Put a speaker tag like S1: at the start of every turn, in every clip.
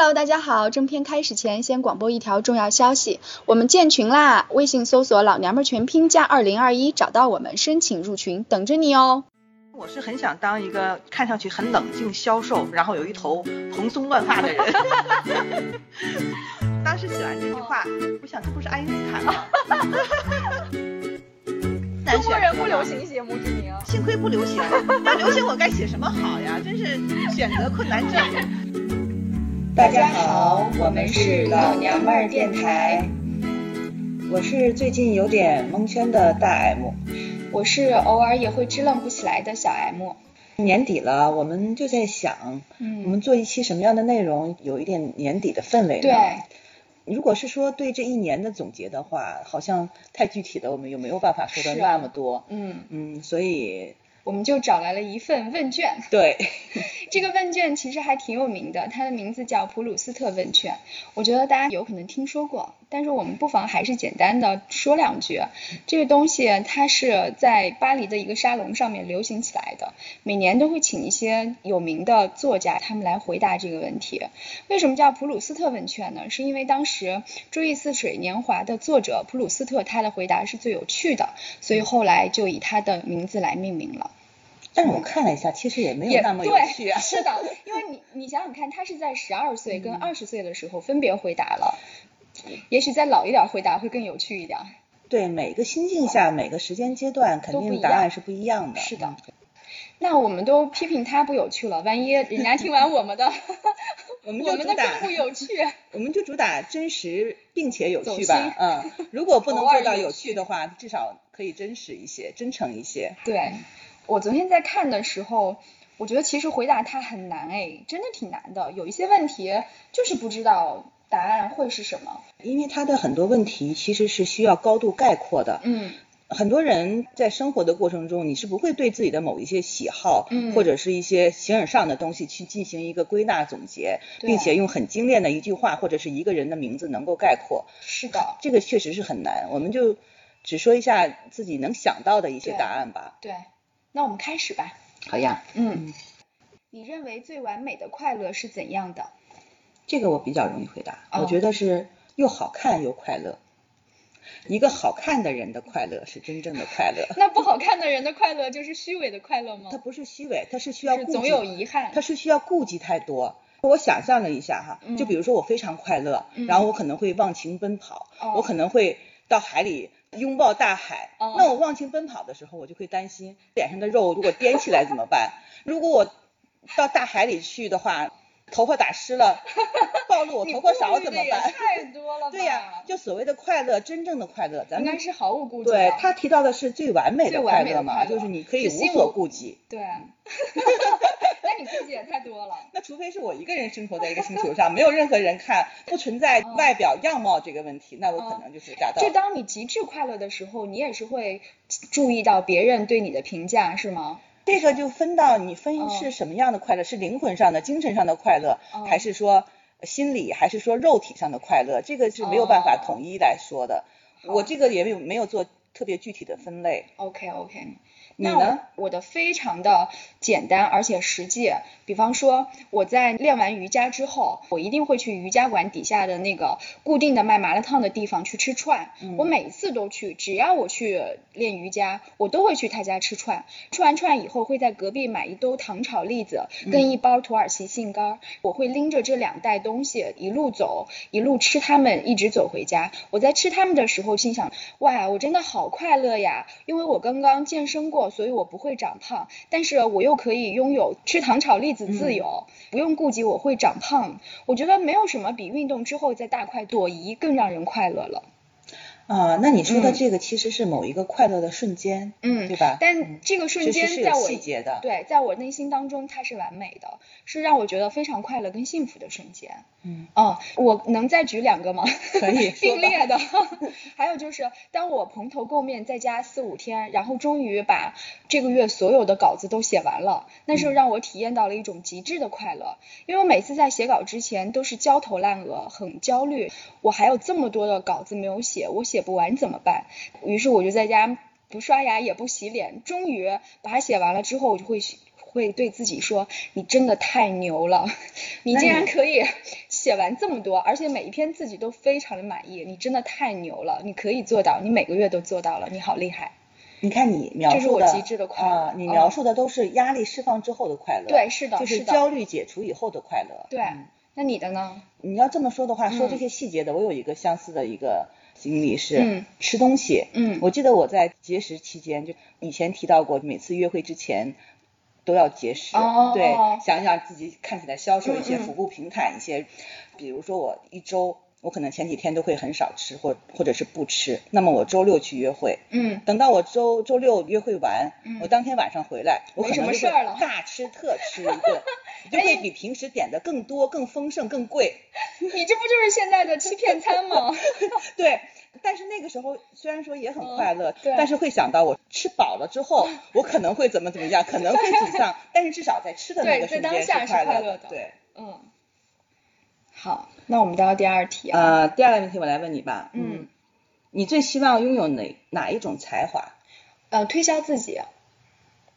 S1: Hello，大家好。正片开始前，先广播一条重要消息：我们建群啦！微信搜索“老娘们全拼加二零二一”，找到我们申请入群，等着你哦。
S2: 我是很想当一个看上去很冷静、消瘦，然后有一头蓬松乱发的人。 当时写完这句话，我想这不是爱因斯坦吗？
S1: 中国人不流行写墓志铭，
S2: 幸亏不流行，那流行我该写什么好呀？真是选择困难症。
S3: 大家好，我们是老娘们儿电台，我是最近有点蒙圈的大 M。
S1: 我是偶尔也会支棱不起来的小 M。
S3: 年底了，我们就在想，
S1: 嗯
S3: 我们做一期什么样的内容，有一点年底的氛围呢？
S1: 对，
S3: 如果是说对这一年的总结的话，好像太具体了，我们又没有办法说的
S1: 是
S3: 那么多。
S1: 嗯，
S3: 嗯，所以
S1: 我们就找来了一份问卷。
S3: 对，
S1: 这个问卷其实还挺有名的，它的名字叫普鲁斯特问卷。我觉得大家有可能听说过，但是我们不妨还是简单的说两句。这个东西它是在巴黎的一个沙龙上面流行起来的，每年都会请一些有名的作家他们来回答这个问题。为什么叫普鲁斯特问卷呢？是因为当时《追忆似水年华》的作者普鲁斯特他的回答是最有趣的，所以后来就以他的名字来命名了。
S3: 但是我看了一下，其实也没
S1: 也
S3: 有那么有
S1: 对
S3: 趣啊。嗯
S1: 是 的，因为你你想想看，他是在十二岁跟二十岁的时候分别回答了，也许再老一点回答会更有趣一点。
S3: 对，每个心境下，每个时间阶段，肯
S1: 都不一
S3: 定
S1: 样
S3: 答案是不一样的。
S1: 是的那我们都批评他不有趣了，万一人家听完我们的，
S3: 嗯我
S1: 我
S3: 们
S1: 们
S3: 就主
S1: 的更
S3: 打
S1: 不 有趣。
S3: 我们就主打真实并且有趣
S1: 走心
S3: 吧，嗯， 如果不能
S1: 偶尔
S3: 做到
S1: 有
S3: 有趣的话，至少可以真实一些、真诚一些。
S1: 对，我昨天在看的时候，我觉得其实回答它很难哎，真的挺难的，有一些问题就是不知道答案会是什么。
S3: 因为他的很多问题其实是需要高度概括的。
S1: 嗯，
S3: 很多人在生活的过程中，你是不会对自己的某一些喜好，
S1: 嗯
S3: 或者是一些形而上的东西去进行一个归纳总结，
S1: 对啊
S3: 并且用很精炼的一句话或者是一个人的名字能够概括。
S1: 是的。
S3: 这个确实是很难，我们就只说一下自己能想到的一些
S1: 对
S3: 答案吧。
S1: 对，那我们开始吧。
S3: 好呀，
S1: 嗯，你认为最完美的快乐是怎样的？
S3: 这个我比较容易回答，
S1: 哦
S3: 我觉得是又好看又快乐。一个好看的人的快乐是真正的快 乐，
S1: 那不好看的人的快乐就是虚伪的快乐吗
S3: 它？不是虚伪，它是需
S1: 就
S3: 要
S1: 是
S3: 顾
S1: 总
S3: 及
S1: 有遗憾
S3: 它。是需要顾及太多。我想象了一下哈，
S1: 嗯
S3: 就比如说我非常快乐，
S1: 嗯
S3: 然后我可能会忘情奔跑，
S1: 哦
S3: 我可能会到海里拥抱大海。
S1: 哦
S3: 那我忘情奔跑的时候，我就会担心脸上的肉如果颠起来怎么 办？如果我到大海里去的话，头发打湿 了，暴露我
S1: 你
S3: 头发
S1: 顾
S3: 勺
S1: 虑
S3: 怎
S1: 的
S3: 么
S1: 也
S3: 办？
S1: 太多了吧？
S3: 对呀、就所谓的快乐，真正的快乐，咱
S1: 应该
S3: 们
S1: 是毫无顾忌的。
S3: 对他提到的是最完美
S1: 最
S3: 的
S1: 完
S3: 快
S1: 美
S3: 乐
S1: 的
S3: 嘛，
S1: 快乐
S3: 就是你可以
S1: 是
S3: 无
S1: 心无
S3: 所顾忌。
S1: 对， 那你顾忌也太多 了。
S3: 那除非是我一个人生活在一个星球上，没有任何人看，不存在外表样貌这个问题，那我可能就是达到
S1: 就当你极致快乐的时候，你也是会注意到别人对你的评价，是吗？
S3: 这个就分到你分
S1: 嗯
S3: 是什么样的快乐，是灵魂上的、精神上的快乐，
S1: 嗯
S3: 还是说心理，还是说肉体上的快乐，这个是没有办法
S1: 哦
S3: 统一来说的。我这个也没有没有做特别具体的分类，
S1: OK OK，
S3: 你
S1: 那
S3: 呢
S1: 我？我的非常的简单而且实际，比方说我在练完瑜伽之后，我一定会去瑜伽馆底下的那个固定的卖麻辣烫的地方去吃串。我每次都去，只要我去练瑜伽，我都会去他家吃串。吃完串以后，会在隔壁买一兜糖炒栗子
S3: 嗯
S1: 跟一包土耳其杏干儿。我会拎着这两袋东西一路走，一路吃它们，一直走回家。我在吃它们的时候，心想：哇，我真的好快乐呀！因为我刚刚健身过，所以我不会长胖，但是我又可以拥有吃糖炒栗子自由，
S3: 嗯
S1: 不用顾及我会长胖。我觉得没有什么比运动之后再大快朵颐更让人快乐了。
S3: 啊、那你说的
S1: 嗯
S3: 这个其实是某一个快乐的瞬间，
S1: 嗯
S3: 对吧？
S1: 但这个瞬
S3: 确实是
S1: 间
S3: 有
S1: 在我
S3: 细节的，
S1: 对，在我内心当中它是完美的，是让我觉得非常快乐跟幸福的瞬间。
S3: 嗯，
S1: 哦，我能再举两个 吗？
S3: 可以说
S1: 并
S3: 吧
S1: 列 的。还有就是，当我蓬头垢面在家四五天，然后终于把这个月所有的稿子都写完了，那
S3: 嗯
S1: 时候让我体验到了一种极致的快乐。因为我每次在写稿之前都是焦头烂额，很焦虑，我还有这么多的稿子没有写，我写不完怎么办？于是我就在家不刷牙也不洗脸，终于把它写完了之后，我就会。会对自己说：“你真的太牛了，你
S3: 那
S1: 竟
S3: 你
S1: 然可以写完这么多，而且每一篇自己都非常的满意，你真的太牛了，你可以做到，你每个月都做到了，你好厉害。
S3: 你看你描
S1: 这是
S3: 述
S1: 我
S3: 的
S1: 极致的快乐
S3: 啊，你
S1: 嗯
S3: 描述的都是压力释放之后的快乐，
S1: 对是的
S3: 就是是
S1: 的
S3: 焦虑解除以后的快乐。
S1: 对，那你的呢？
S3: 你要这么说的话，说
S1: 嗯
S3: 这些细节的，我有一个相似的一个经历是、
S1: 嗯
S3: 吃东西。
S1: 嗯
S3: 我记得我在节食期间，就以前提到过，每次约会之前都要节食，
S1: 哦
S3: 对
S1: 哦，
S3: 想让自己看起来消瘦一些，
S1: 嗯嗯
S3: 腹部平坦一些。比如说我一周，我可能前几天都会很少吃，或或者是不吃。那么我周六去约会，
S1: 嗯
S3: 等到我周周六约会完，
S1: 嗯
S3: 我当天晚上回来，我
S1: 没
S3: 可
S1: 什
S3: 能
S1: 么
S3: 就
S1: 事
S3: 会
S1: 儿了
S3: 大吃特吃一 顿，就会比平时点的更多、更丰盛、更贵。
S1: 你这不就是现在的欺骗餐吗？
S3: 对，但是那个时候虽然说也很快乐，
S1: 嗯对
S3: 但是会想到我吃饱了 之后，我可能会怎么怎么样，可能会沮丧，但是至少在吃的那
S1: 对
S3: 个
S1: 在
S3: 瞬
S1: 当
S3: 间
S1: 下是
S3: 快
S1: 快乐
S3: 的
S1: 的。
S3: 对，
S1: 嗯，好，那我们到第二题啊。
S3: 呃，第二个问题我来问你吧，
S1: 嗯，
S3: 你最希望拥有哪哪一种才华？
S1: 呃，推销自己。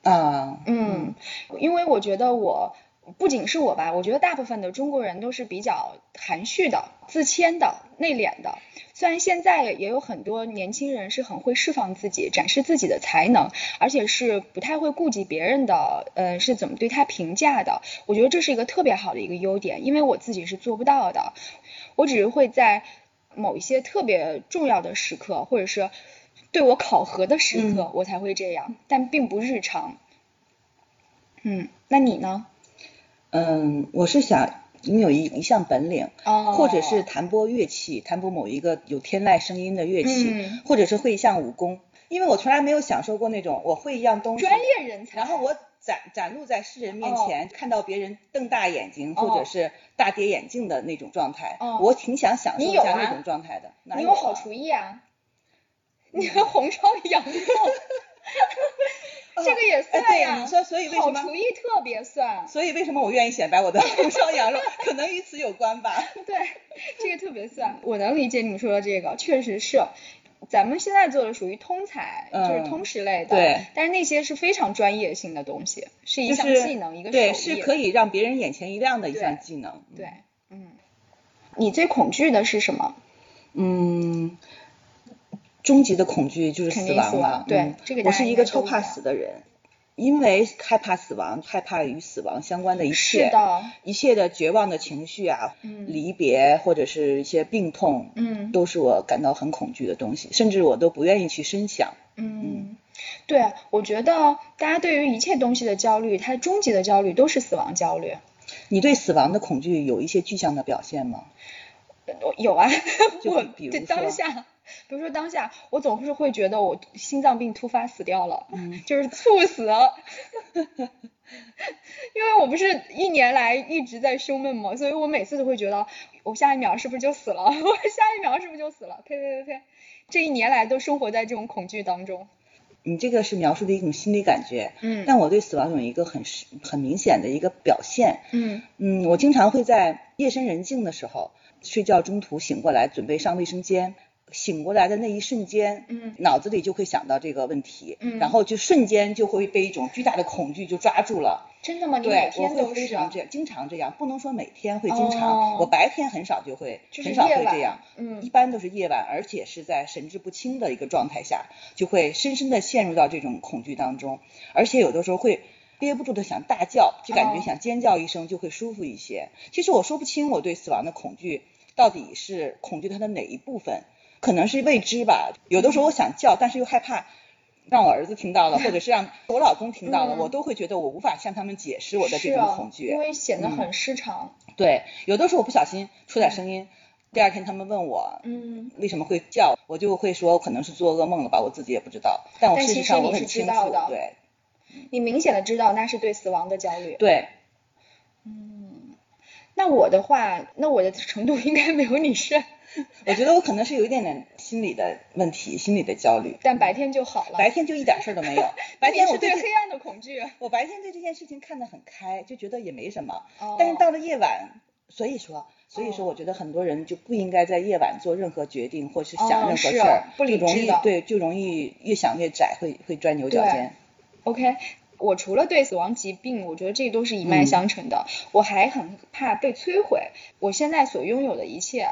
S3: 啊，
S1: 嗯，因为我觉得我不仅是我吧，我觉得大部分的中国人都是比较含蓄的、自谦的、内敛的。虽然现在也有很多年轻人是很会释放自己、展示自己的才能，而且是不太会顾及别人的，呃，是怎么对他评价的。我觉得这是一个特别好的一个优点，因为我自己是做不到的。我只是会在某一些特别重要的时刻，或者是对我考核的时刻，我才会这样，但并不日常。嗯，那你呢？
S3: 嗯，我是想拥有一一项本领，
S1: 哦
S3: 或者是弹拨乐器，弹拨某一个有天籁声音的乐器，
S1: 嗯
S3: 或者是会一项武功。因为我从来没有享受过那种我会一样东西，
S1: 专业人才。
S3: 然后我展展露在世人面
S1: 哦
S3: 前，看到别人瞪大眼睛、
S1: 哦
S3: 或者是大跌眼镜的那种状态，
S1: 哦
S3: 我挺想享受
S1: 你
S3: 一
S1: 有
S3: 下
S1: 啊
S3: 那种状态的。哪
S1: 你
S3: 有
S1: 有
S3: 啊
S1: 好厨艺啊，嗯你和红烧羊 肉，这个也算
S3: 哎
S1: 呀、
S3: 对你说所以为什么
S1: 好厨艺特别算？
S3: 所以为什么我愿意显摆我的红烧羊肉，可能与此有关吧。
S1: 对，这个特别算。嗯我能理解你说的这个，确实是。咱们现在做的属于通才，就是
S3: 嗯
S1: 通识类的，
S3: 对。
S1: 但是那些是非常专业性的东西，是一
S3: 就
S1: 项
S3: 是
S1: 技能，一个手艺。
S3: 对，是可以让别人眼前一亮的一项
S1: 对
S3: 技能。
S1: 对，嗯。你最恐惧的是什么？
S3: 嗯，终极的恐惧就是
S1: 肯
S3: 死
S1: 定
S3: 亡
S1: 死
S3: 了。
S1: 亡对
S3: 嗯
S1: 这个大
S3: 我
S1: 家
S3: 是
S1: 应
S3: 一
S1: 该
S3: 个超
S1: 都一
S3: 怕
S1: 样
S3: 死的人，因为害怕死亡，害怕与死亡相关的一
S1: 是
S3: 切，
S1: 的
S3: 一切的绝望的情绪啊，
S1: 嗯
S3: 离别或者是一些病痛，
S1: 嗯
S3: 都是我感到很恐惧的东西，甚至我都不愿意去深想。
S1: 嗯，对，我觉得大家对于一切东西的焦虑，它终极的焦虑都是死亡焦虑。
S3: 你对死亡的恐惧有一些具象的表现吗？
S1: 我有啊，
S3: 就
S1: 我
S3: 比比
S1: 对
S3: 如
S1: 当
S3: 说
S1: 下，比如说当下，我总是会觉得我心脏病突发死掉了，
S3: 嗯
S1: 就是猝死了。 因为我不是一年来一直在胸闷嘛，所以我每次都会觉得我下一秒是不是就死了，我 下一秒是不是就死了？呸呸呸呸！这一年来都生活在这种恐惧当中。
S3: 你这个是描述的一种心理感觉，
S1: 嗯
S3: 但我对死亡有一个很实很明显的一个表现，
S1: 嗯
S3: 嗯，我经常会在夜深人静的时候，睡觉中途醒过来，准备上卫生间。醒过来的那一瞬间，
S1: 嗯
S3: 脑子里就会想到这个问题，
S1: 嗯
S3: 然后就瞬间就会被一种巨大的恐惧就抓住了。
S1: 真的吗？你每
S3: 对，我
S1: 天
S3: 会
S1: 都
S3: 非
S1: 是
S3: 常
S1: 啊？
S3: 这样，经常这样，不能说每天会经常，
S1: 哦
S3: 我白天很少就会，
S1: 就是
S3: 很少
S1: 夜
S3: 会
S1: 晚
S3: 这样，
S1: 嗯
S3: 一般都是夜晚，而且是在神志不清的一个状态下，就会深深的陷入到这种恐惧当中，而且有的时候会。憋不住的想大叫，就感
S1: 哦
S3: 觉想尖叫一声就会舒服一些。其实我说不清我对死亡的恐惧到底是恐惧它的哪一部分，可能是未知吧。有的时候我想叫，但是又害怕让我儿子听到 了，或者是让我老公听到了，
S1: 嗯
S3: 我都会觉得我无法向他们解释我的
S1: 是
S3: 这种
S1: 啊
S3: 恐惧。
S1: 因为显得
S3: 嗯
S1: 很失常。
S3: 对，有的时候我不小心出点声音，第二天他们问我，
S1: 嗯，
S3: 为什么会叫，我就会说可能是做噩梦了吧，我自己也不知道。但我
S1: 但
S3: 事
S1: 其
S3: 实
S1: 实
S3: 上
S1: 你
S3: 我
S1: 是
S3: 很
S1: 知
S3: 清
S1: 道
S3: 楚
S1: 的，
S3: 对
S1: 你明显的知道那是对死亡的焦虑。
S3: 对，
S1: 那我的话，那我的程度应该没有你深，
S3: 我觉得我可能是有一点点心理的问题，心理的焦虑。
S1: 但白天就好了。
S3: 白天就一点事儿都 没有，白
S1: 你
S3: 天我
S1: 是对
S3: 对这
S1: 黑暗的恐惧。
S3: 我白天对这件事情看得很开，就觉得也没什么。
S1: 哦
S3: 但是到了夜晚，所以说，所以说，
S1: 哦
S3: 我觉得很多人就不应该在夜晚做任何决定，或是
S1: 哦
S3: 想任何
S1: 是
S3: 事儿，
S1: 不理
S3: 就容
S1: 智
S3: 易
S1: 的
S3: 对，就容易越想越窄，会会钻牛角
S1: 对
S3: 尖。
S1: OK，我除了对死亡疾病，我觉得这都是一
S3: 嗯
S1: 脉相承的，我还很怕被摧毁。我现在所拥有的一切，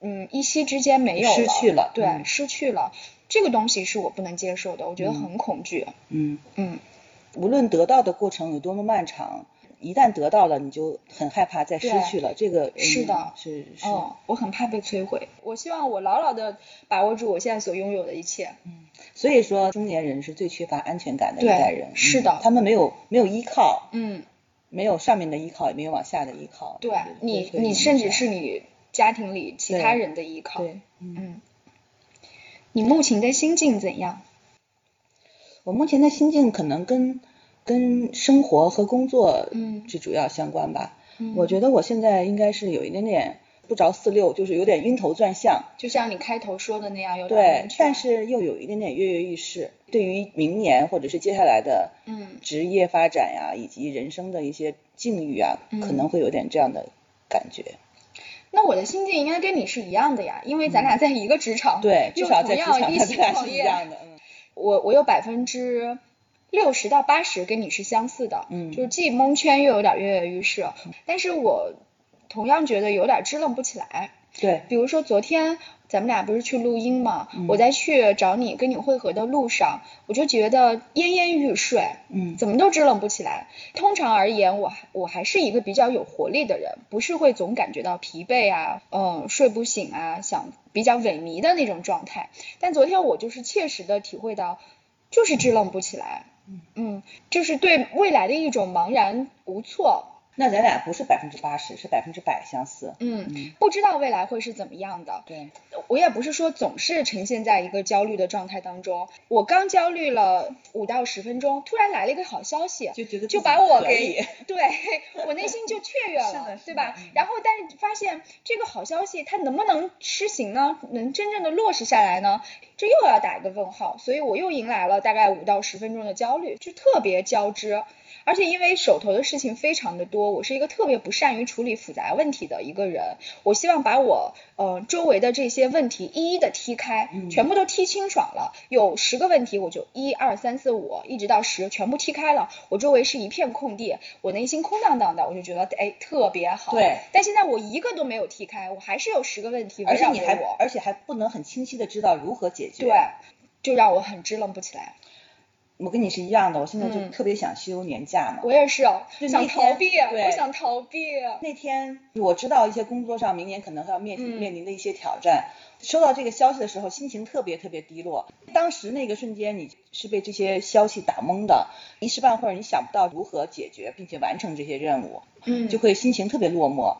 S1: 嗯，一夕之间没有
S3: 失去了
S1: 对，
S3: 嗯
S1: 失去了。这个东西是我不能接受的，我觉得很恐惧。
S3: 嗯，
S1: 嗯，
S3: 无论得到的过程有多么漫长，一旦得到了，你就很害怕再失
S1: 对
S3: 去了。这个嗯
S1: 是的
S3: 是是，
S1: 哦，我很怕被摧毁。我希望我牢牢的把握住我现在所拥有的一切。
S3: 所以说中年人是最缺乏安全感的一
S1: 对
S3: 代人。
S1: 是
S3: 嗯
S1: 的
S3: 他们没有没有依靠，
S1: 嗯，
S3: 没有上面的依靠，也没有往下的依靠。
S1: 对
S3: 对
S1: 你，
S3: 所以
S1: 你甚至是你家庭里其
S3: 对
S1: 他人的依靠。
S3: 对，嗯，
S1: 嗯，你目前的心境怎样？
S3: 我目前的心境可能跟跟生活和工作
S1: 嗯
S3: 最主要相关吧。
S1: 嗯
S3: 我觉得我现在应该是有一点点不着四六，就是有点晕头转向。
S1: 就像你开头说的那样，有点
S3: 对
S1: 安，全
S3: 但是又有一点点跃跃欲试。对于明年或者是接下来的
S1: 嗯
S3: 职业发展呀、以及人生的一些境遇啊，
S1: 嗯
S3: 可能会有点这样的感觉。
S1: 那我的心境应该跟你是一样的呀，因为咱俩在一个职场，
S3: 嗯对，至
S1: 又
S3: 少
S1: 同
S3: 在职
S1: 样
S3: 场
S1: 一
S3: 上
S1: 起
S3: 咱俩
S1: 创
S3: 是一
S1: 业
S3: 样的。嗯，
S1: 我我有百分之六十到八十跟你是相似的，
S3: 嗯
S1: 就是既蒙圈又有点跃跃欲试，但是我同样觉得有点支棱不起来。
S3: 嗯对，
S1: 比如说昨天咱们俩不是去录音嘛，我在去找你跟你会合的路上，我就觉得奄奄欲睡，
S3: 嗯
S1: 怎么都支棱不起来。通常而言，我还我还是一个比较有活力的人，不是会总感觉到疲惫啊，嗯、睡不醒啊，想比较萎靡的那种状态。但昨天我就是切实的体会到，就是支棱不起来，嗯，就是对未来的一种茫然无措，
S3: 那咱俩不是百分之八十，是百分之百相似。
S1: 嗯，不知道未来会是怎么样的。
S3: 对，
S1: 我也不是说总是呈现在一个焦虑的状态当中。我刚焦虑了五到十分钟，突然来了一个好消息，
S3: 就觉
S1: 就
S3: 得自己
S1: 把我
S3: 可
S1: 给
S3: 以
S1: 对我内心就雀跃了，
S4: 是的是
S1: 对
S4: 的
S1: 吧
S4: 嗯？
S1: 然后但是发现这个好消息它能不能施行呢？能真正的落实下来呢？这又要打一个问号，所以我又迎来了大概五到十分钟的焦虑，就特别交织。而且因为手头的事情非常的多，我是一个特别不善于处理复杂问题的一个人。我希望把我呃周围的这些问题一一的踢开，
S3: 嗯
S1: 全部都踢清爽了。有十个问题，我就一二三四五一直到十全部踢开了，我周围是一片空地，我内心空荡荡的，我就觉得哎特别好。
S3: 对。
S1: 但现在我一个都没有踢开，我还是有十个问题围
S3: 而且
S1: 绕
S3: 你
S1: 着
S3: 还
S1: 我，
S3: 而且还不能很清晰的知道如何解决。
S1: 对，就让我很支棱不起来。
S3: 我跟你是一样的，我现在就
S1: 嗯
S3: 特别想休年假嘛。
S1: 我也是哦，
S3: 就
S1: 想
S3: 那
S1: 逃
S3: 天
S1: 避，
S3: 对
S1: 我想逃避。
S3: 那天我知道一些工作上明年可能要面
S1: 嗯
S3: 面临的一些挑战，收到这个消息的时候，心情特别特别低落。当时那个瞬间，你是被这些消息打懵的，一时半会儿你想不到如何解决并且完成这些任务，
S1: 嗯，
S3: 就会心情特别落寞。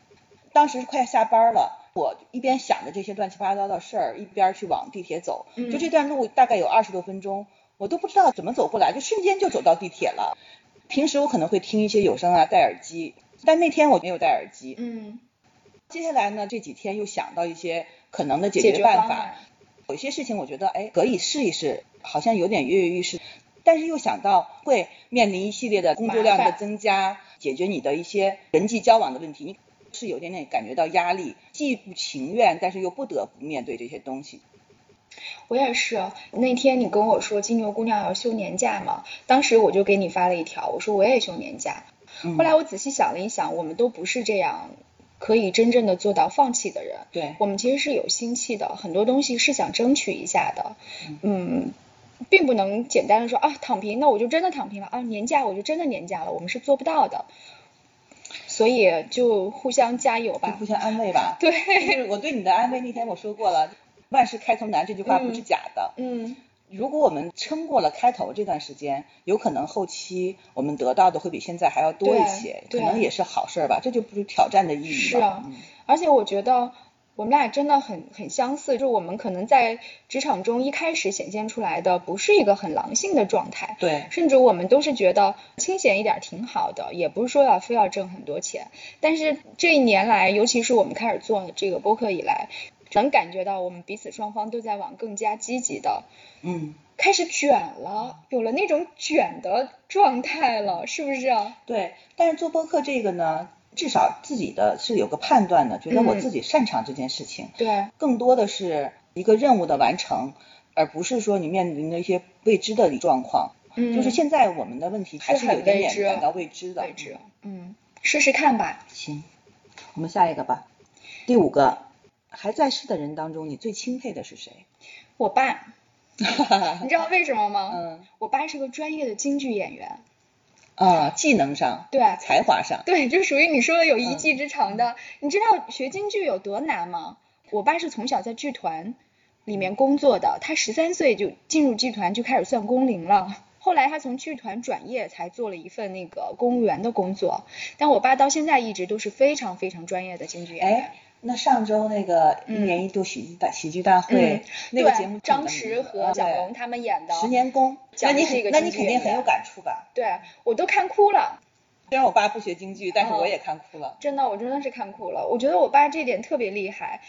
S3: 当时快下班了。我一边想着这些乱七八糟的事儿，一边去往地铁走。
S1: 嗯
S3: 就这段路大概有二十多分钟，我都不知道怎么走过来，就瞬间就走到地铁了。平时我可能会听一些有声啊，戴耳机，但那天我没有戴耳机。
S1: 嗯
S3: 接下来呢，这几天又想到一些可能的解
S1: 解
S3: 决
S1: 决
S3: 办
S1: 方
S3: 法
S1: 案，。
S3: 有些事情我觉得哎可以试一试，好像有点跃跃欲试，但是又想到会面临一系列的工作量
S1: 麻
S3: 的
S1: 烦
S3: 增加，解决你的一些人际交往的问题，你是有点点感觉到压力，既不情愿，但是又不得不面对这些东西。
S1: 我也是，啊那天你跟我说金牛姑娘要休年假嘛，当时我就给你发了一条，我说我也休年假。
S3: 嗯
S1: 后来我仔细想了一想，我们都不是这样可以真正的做到放弃的人，
S3: 对，
S1: 我们其实是有心气的，很多东西是想争取一下的，嗯。并不能简单的说啊躺平，那我就真的躺平了啊年假我就真的年假了，我们是做不到的，所以就互相加油
S3: 就
S1: 吧
S3: 互。相安慰吧。
S1: 对，
S3: 就是我对你的安慰，那天我说过了，万事开头难这句话不是
S1: 嗯
S3: 假的。
S1: 嗯，
S3: 如果我们撑过了开头这段时间，有可能后期我们得到的会比现在还要多一些，可
S1: 对对
S3: 能也是好事儿吧。这就不是挑战的意义
S1: 是
S3: 吧？
S1: 啊
S3: 嗯，
S1: 而且我觉得我们俩真的很很相似，就我们可能在职场中一开始显现出来的不是一个很狼性的状态，
S3: 对
S1: 甚至我们都是觉得清闲一点儿挺好的，也不是说要非要挣很多钱。但是这一年来，尤其是我们开始做这个播客以来，能感觉到我们彼此双方都在往更加积极的。
S3: 嗯，
S1: 开始卷了，有了那种卷的状态了，是不是啊？
S3: 对。但是做播客这个呢，至少自己的是有个判断的，觉得我
S1: 嗯
S3: 自己擅长这件事情，
S1: 对，
S3: 更多的是一个任务的完成，而不是说你面临的一些未知的状况。
S1: 嗯
S3: 就是现在我们的问题还
S1: 是
S3: 是有
S1: 很
S3: 一点
S1: 未知
S3: 点感到未知的。
S1: 位置，嗯，试试看吧。
S3: 行，我们下一个吧。第五个，还在世的人当中，你最钦佩的是谁？
S1: 我爸，你知道为什么吗？
S3: 啊嗯
S1: 我爸是个专业的京剧演员，
S3: 啊，技能上，
S1: 对啊
S3: 才华上，
S1: 对，就属于你说的有一
S3: 嗯
S1: 技之长的。你知道学京剧有多难吗？我爸是从小在剧团里面工作的，他十三岁就进入剧团就开始算工龄了。后来他从剧团转业，才做了一份那个公务员的工作。但我爸到现在一直都是非常非常专业的京剧演员。
S3: 哎，那上周那个一
S1: 嗯
S3: 年一度喜剧大、喜剧大会、
S1: 嗯
S3: 那个
S1: 对
S3: 节目叫什
S1: 张
S3: 么名字
S1: 石
S3: 啊，
S1: 和蒋
S3: 对
S1: 龙他们演的
S3: 十年功，那
S1: 讲的
S3: 你
S1: 是一个
S3: 肯那
S1: 京
S3: 你
S1: 剧
S3: 肯定
S1: 演
S3: 很有
S1: 员
S3: 感触吧？
S1: 对我都看哭了，
S3: 虽然我爸不学京剧，但是
S1: 哦
S3: 我也看哭了。
S1: 真的，我真的是看哭了。我觉得我爸这点特别厉害，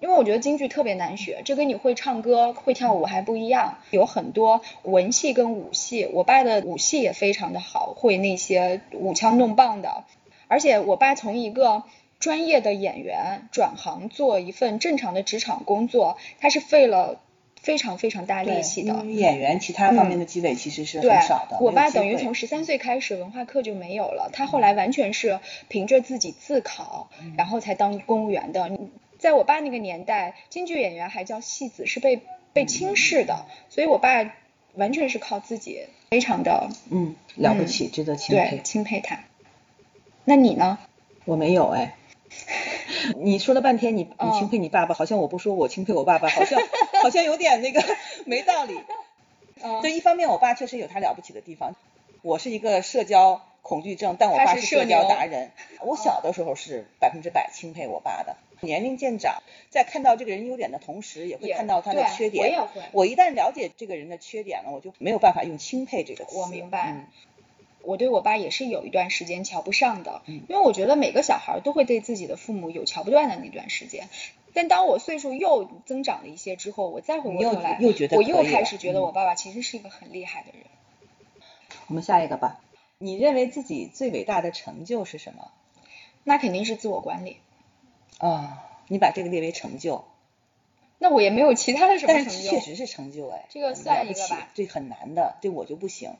S1: 因为我觉得京剧特别难学，这跟你会唱歌、会跳舞还不一样。有很多文戏跟武戏，我爸的武戏也非常的好，会那些舞枪弄棒的。而且我爸从一个专业的演员转行做一份正常的职场工作，他是费了非常非常大力气的。嗯
S3: 因为演员其他方面的积累其实是
S1: 对
S3: 很少的。，
S1: 我
S3: 没有
S1: 爸
S3: 机
S1: 等于
S3: 会嗯
S1: 从十三岁开始文化课就没有了，他后来完全是凭着自己自考，然后才当公务员的。你在我爸那个年代，京剧演员还叫戏子，是被被轻视的，
S3: 嗯
S1: 所以我爸完全是靠自己，非常的
S3: 嗯了不起，值得钦
S1: 对
S3: 佩。
S1: 钦佩他。那你呢？
S3: 我没有哎。你说了半天，你你
S1: 嗯
S3: 钦佩你爸爸，好像我不说我钦佩我爸爸，好像 好像有点那个没道理。
S1: 嗯
S3: 就一方面，我爸确实有他了不起的地方。我是一个社交恐惧症，但我爸
S1: 他是社
S3: 社交
S1: 牛
S3: 达人。我小的时候是百分之百钦佩我爸的。年龄渐长，在看到这个人优点的同时，也会
S1: 也
S3: 看到他的
S1: 对
S3: 缺点。
S1: 我也会
S3: 我一旦了解这个人的缺点了，我就没有办法用钦佩这个词。
S1: 我明白
S3: 嗯
S1: 我对我爸也是有一段时间瞧不上的，
S3: 嗯
S1: 因为我觉得每个小孩都会对自己的父母有瞧不惯的那段时间。但当我岁数又增长了一些之后，我再回
S3: 你
S1: 过
S3: 又
S1: 头来，
S3: 又觉得
S1: 我
S3: 可
S1: 又
S3: 以
S1: 开
S3: 了
S1: 始觉得
S3: 嗯
S1: 我爸爸其实是一个很厉害的人。
S3: 我们下一个吧。你认为自己最伟大的成就是什么？
S1: 那肯定是自我管理。
S3: 啊，你把这个列为成就，
S1: 那我也没有其他的什么
S3: 但
S1: 成
S3: 是
S1: 就。
S3: 确实是成就哎，
S1: 这个
S3: 嗯
S1: 算
S3: 了
S1: 一
S3: 不
S1: 个
S3: 起
S1: 吧
S3: 这很难的，对我就 不行。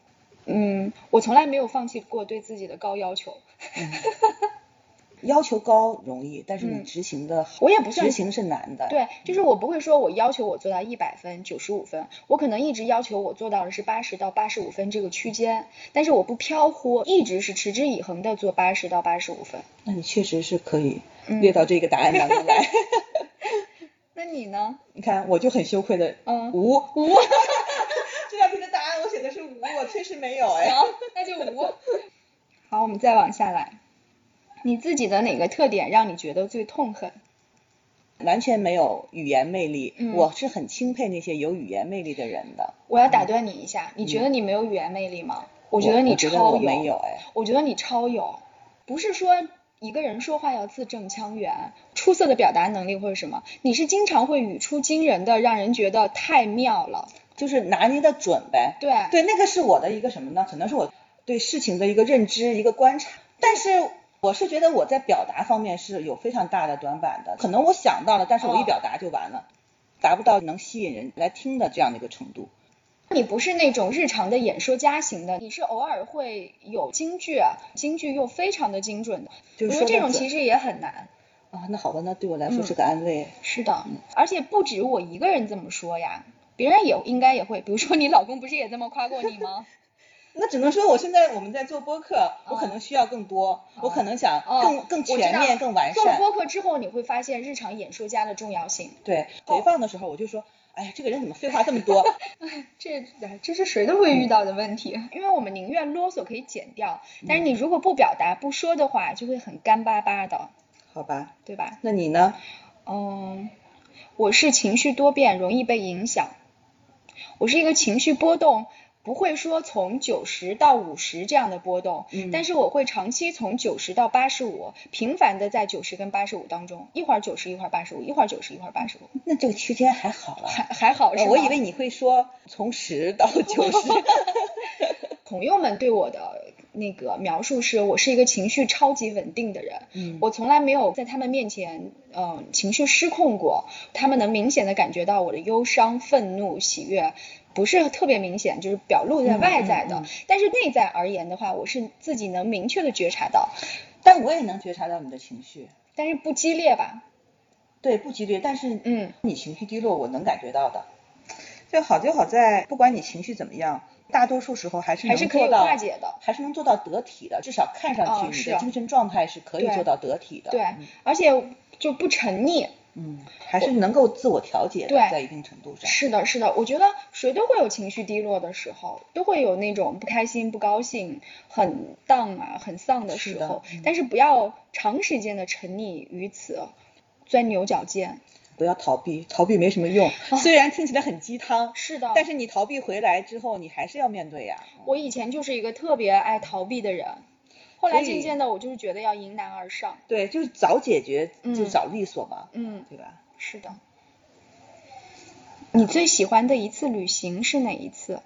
S1: 嗯，我从来没有放弃过对自己的高要求。
S3: 嗯要求高容易，但是你
S1: 嗯
S3: 执行的、
S1: 我也不算
S3: 执行是难的。，
S1: 对，就是我不会说我要求我做到一百分、九十五分，我可能一直要求我做到的是八十到八十五分这个区间，但是我不飘忽，一直是持之以恒的做八十到八十五分。
S3: 那你确实是可以
S1: 嗯
S3: 列到这个答案当中 来。
S1: 那你呢？
S3: 你看，我就很羞愧的，
S1: 嗯
S3: 无无。 这道题的答案我写的是无，我确实没有哎。
S1: 好，那就无。 好，我们再往下来。你自己的哪个特点让你觉得最痛恨？
S3: 完全没有语言魅力，
S1: 嗯
S3: 我是很钦佩那些有语言魅力的人的。
S1: 我要打断你一下，你觉得你没有语言魅力吗？我觉得你
S3: 嗯我觉得
S1: 超
S3: 我没有哎。
S1: 我觉得你超有，不是说一个人说话要字正腔圆、出色的表达能力或者什么，你是经常会语出惊人的，让人觉得太妙了。
S3: 就是拿捏的准呗。
S1: 对
S3: 对，那个是我的一个什么呢？可能是我对事情的一个认知、一个观察。但是我是觉得我在表达方面是有非常大的短板的，可能我想到了，但是我一
S1: 哦
S3: 表达就完了，达不到能吸引人来听的这样的一个程度。
S1: 你不是那种日常的演说家型的，你是偶尔会有京剧，京剧又非常的精准的，
S3: 就
S1: 我
S3: 是
S1: 觉
S3: 说
S1: 得这
S3: 得
S1: 种
S3: 准
S1: 其实也很难。
S3: 啊，那好吧，那对我来说
S1: 嗯
S3: 是个安慰。
S1: 是的，而且不止我一个人这么说呀，别人也应该也会，比如说你老公不是也这么夸过你 吗？
S3: 那只能说我现在我们在做播客，我可能需要更多，我可能想
S1: 哦
S3: 更更
S1: 我知
S3: 全
S1: 道
S3: 面、更完
S1: 做了
S3: 善。
S1: 播客之后，你会发现日常演说家的重要性。
S3: 对，
S1: 哦
S3: 回放的时候我就说，哎呀，这个人怎么废话这么多？
S1: 这哎这是谁都会遇到的问题，嗯因为我们宁愿啰嗦可以剪掉，但是你如果不表达、不说的话，就会很干巴巴的，
S3: 好吧，
S1: 对吧？
S3: 那你呢？
S1: 嗯，我是情绪多变，容易被影响。我是一个情绪波动，不会说从九十到五十这样的波动，
S3: 嗯
S1: 但是我会长期从九十到八十五，频繁的在九十跟八十五当中，一会儿九十，一会儿八十五，一会儿九十，一会儿八十五，
S3: 那这个区间还好了。
S1: 还还
S5: 哦
S1: 好啊是
S3: 呃
S1: 吗？
S3: 我以 为你会说从十到九十，
S1: 朋友们对我的那个描述是，我是一个情绪超级稳定的人，
S5: 嗯
S1: 我从来没有在他们面前，嗯、情绪失控过。他们能明显的感觉到我的忧伤、愤怒、喜悦，不是特别明显，就是表露在外在的。
S5: 嗯嗯
S1: 但是内在而言的话，我是自己能明确的觉察到，
S5: 但我也能觉察到你的情绪，
S1: 但是不激烈吧？
S5: 对，不激烈，但是
S1: 嗯
S5: 你情绪低落，我能感觉到的。就好就好在，不管你情绪怎么样，大多数时候还是
S1: 还
S5: 能
S1: 是可以
S5: 做到
S1: 化解的
S5: 还是能做到得体的，至少看
S1: 哦
S5: 上去你
S1: 是
S5: 的精神状态是可以
S1: 对
S5: 做到得体的。
S1: 对
S5: 嗯，
S1: 而且就不沉溺。
S5: 嗯，还是能够自我调节的
S1: 对，
S5: 在一定程度上。
S1: 是的，是的，我觉得谁都会有情绪低落的时候，都会有那种不开心、不高兴、很荡啊、很丧的
S5: 是
S1: 时
S5: 的
S1: 候，
S5: 嗯
S1: 但是不要长时间的沉溺于此，钻牛角尖。
S5: 不要逃避，逃避没什么 用。虽然听起来很鸡汤，
S1: 是的，
S5: 但是你逃避回来之后，你还是要面对呀、
S1: 我以前就是一个特别爱逃避的人，后来
S5: 所以
S1: 渐渐的，我就是觉得要迎难而上。
S5: 对，就是早解决，
S1: 嗯
S5: 就早利索嘛，
S1: 嗯，
S5: 对吧？
S1: 是的。
S5: 嗯
S1: 你最喜欢的一次旅行是哪一次？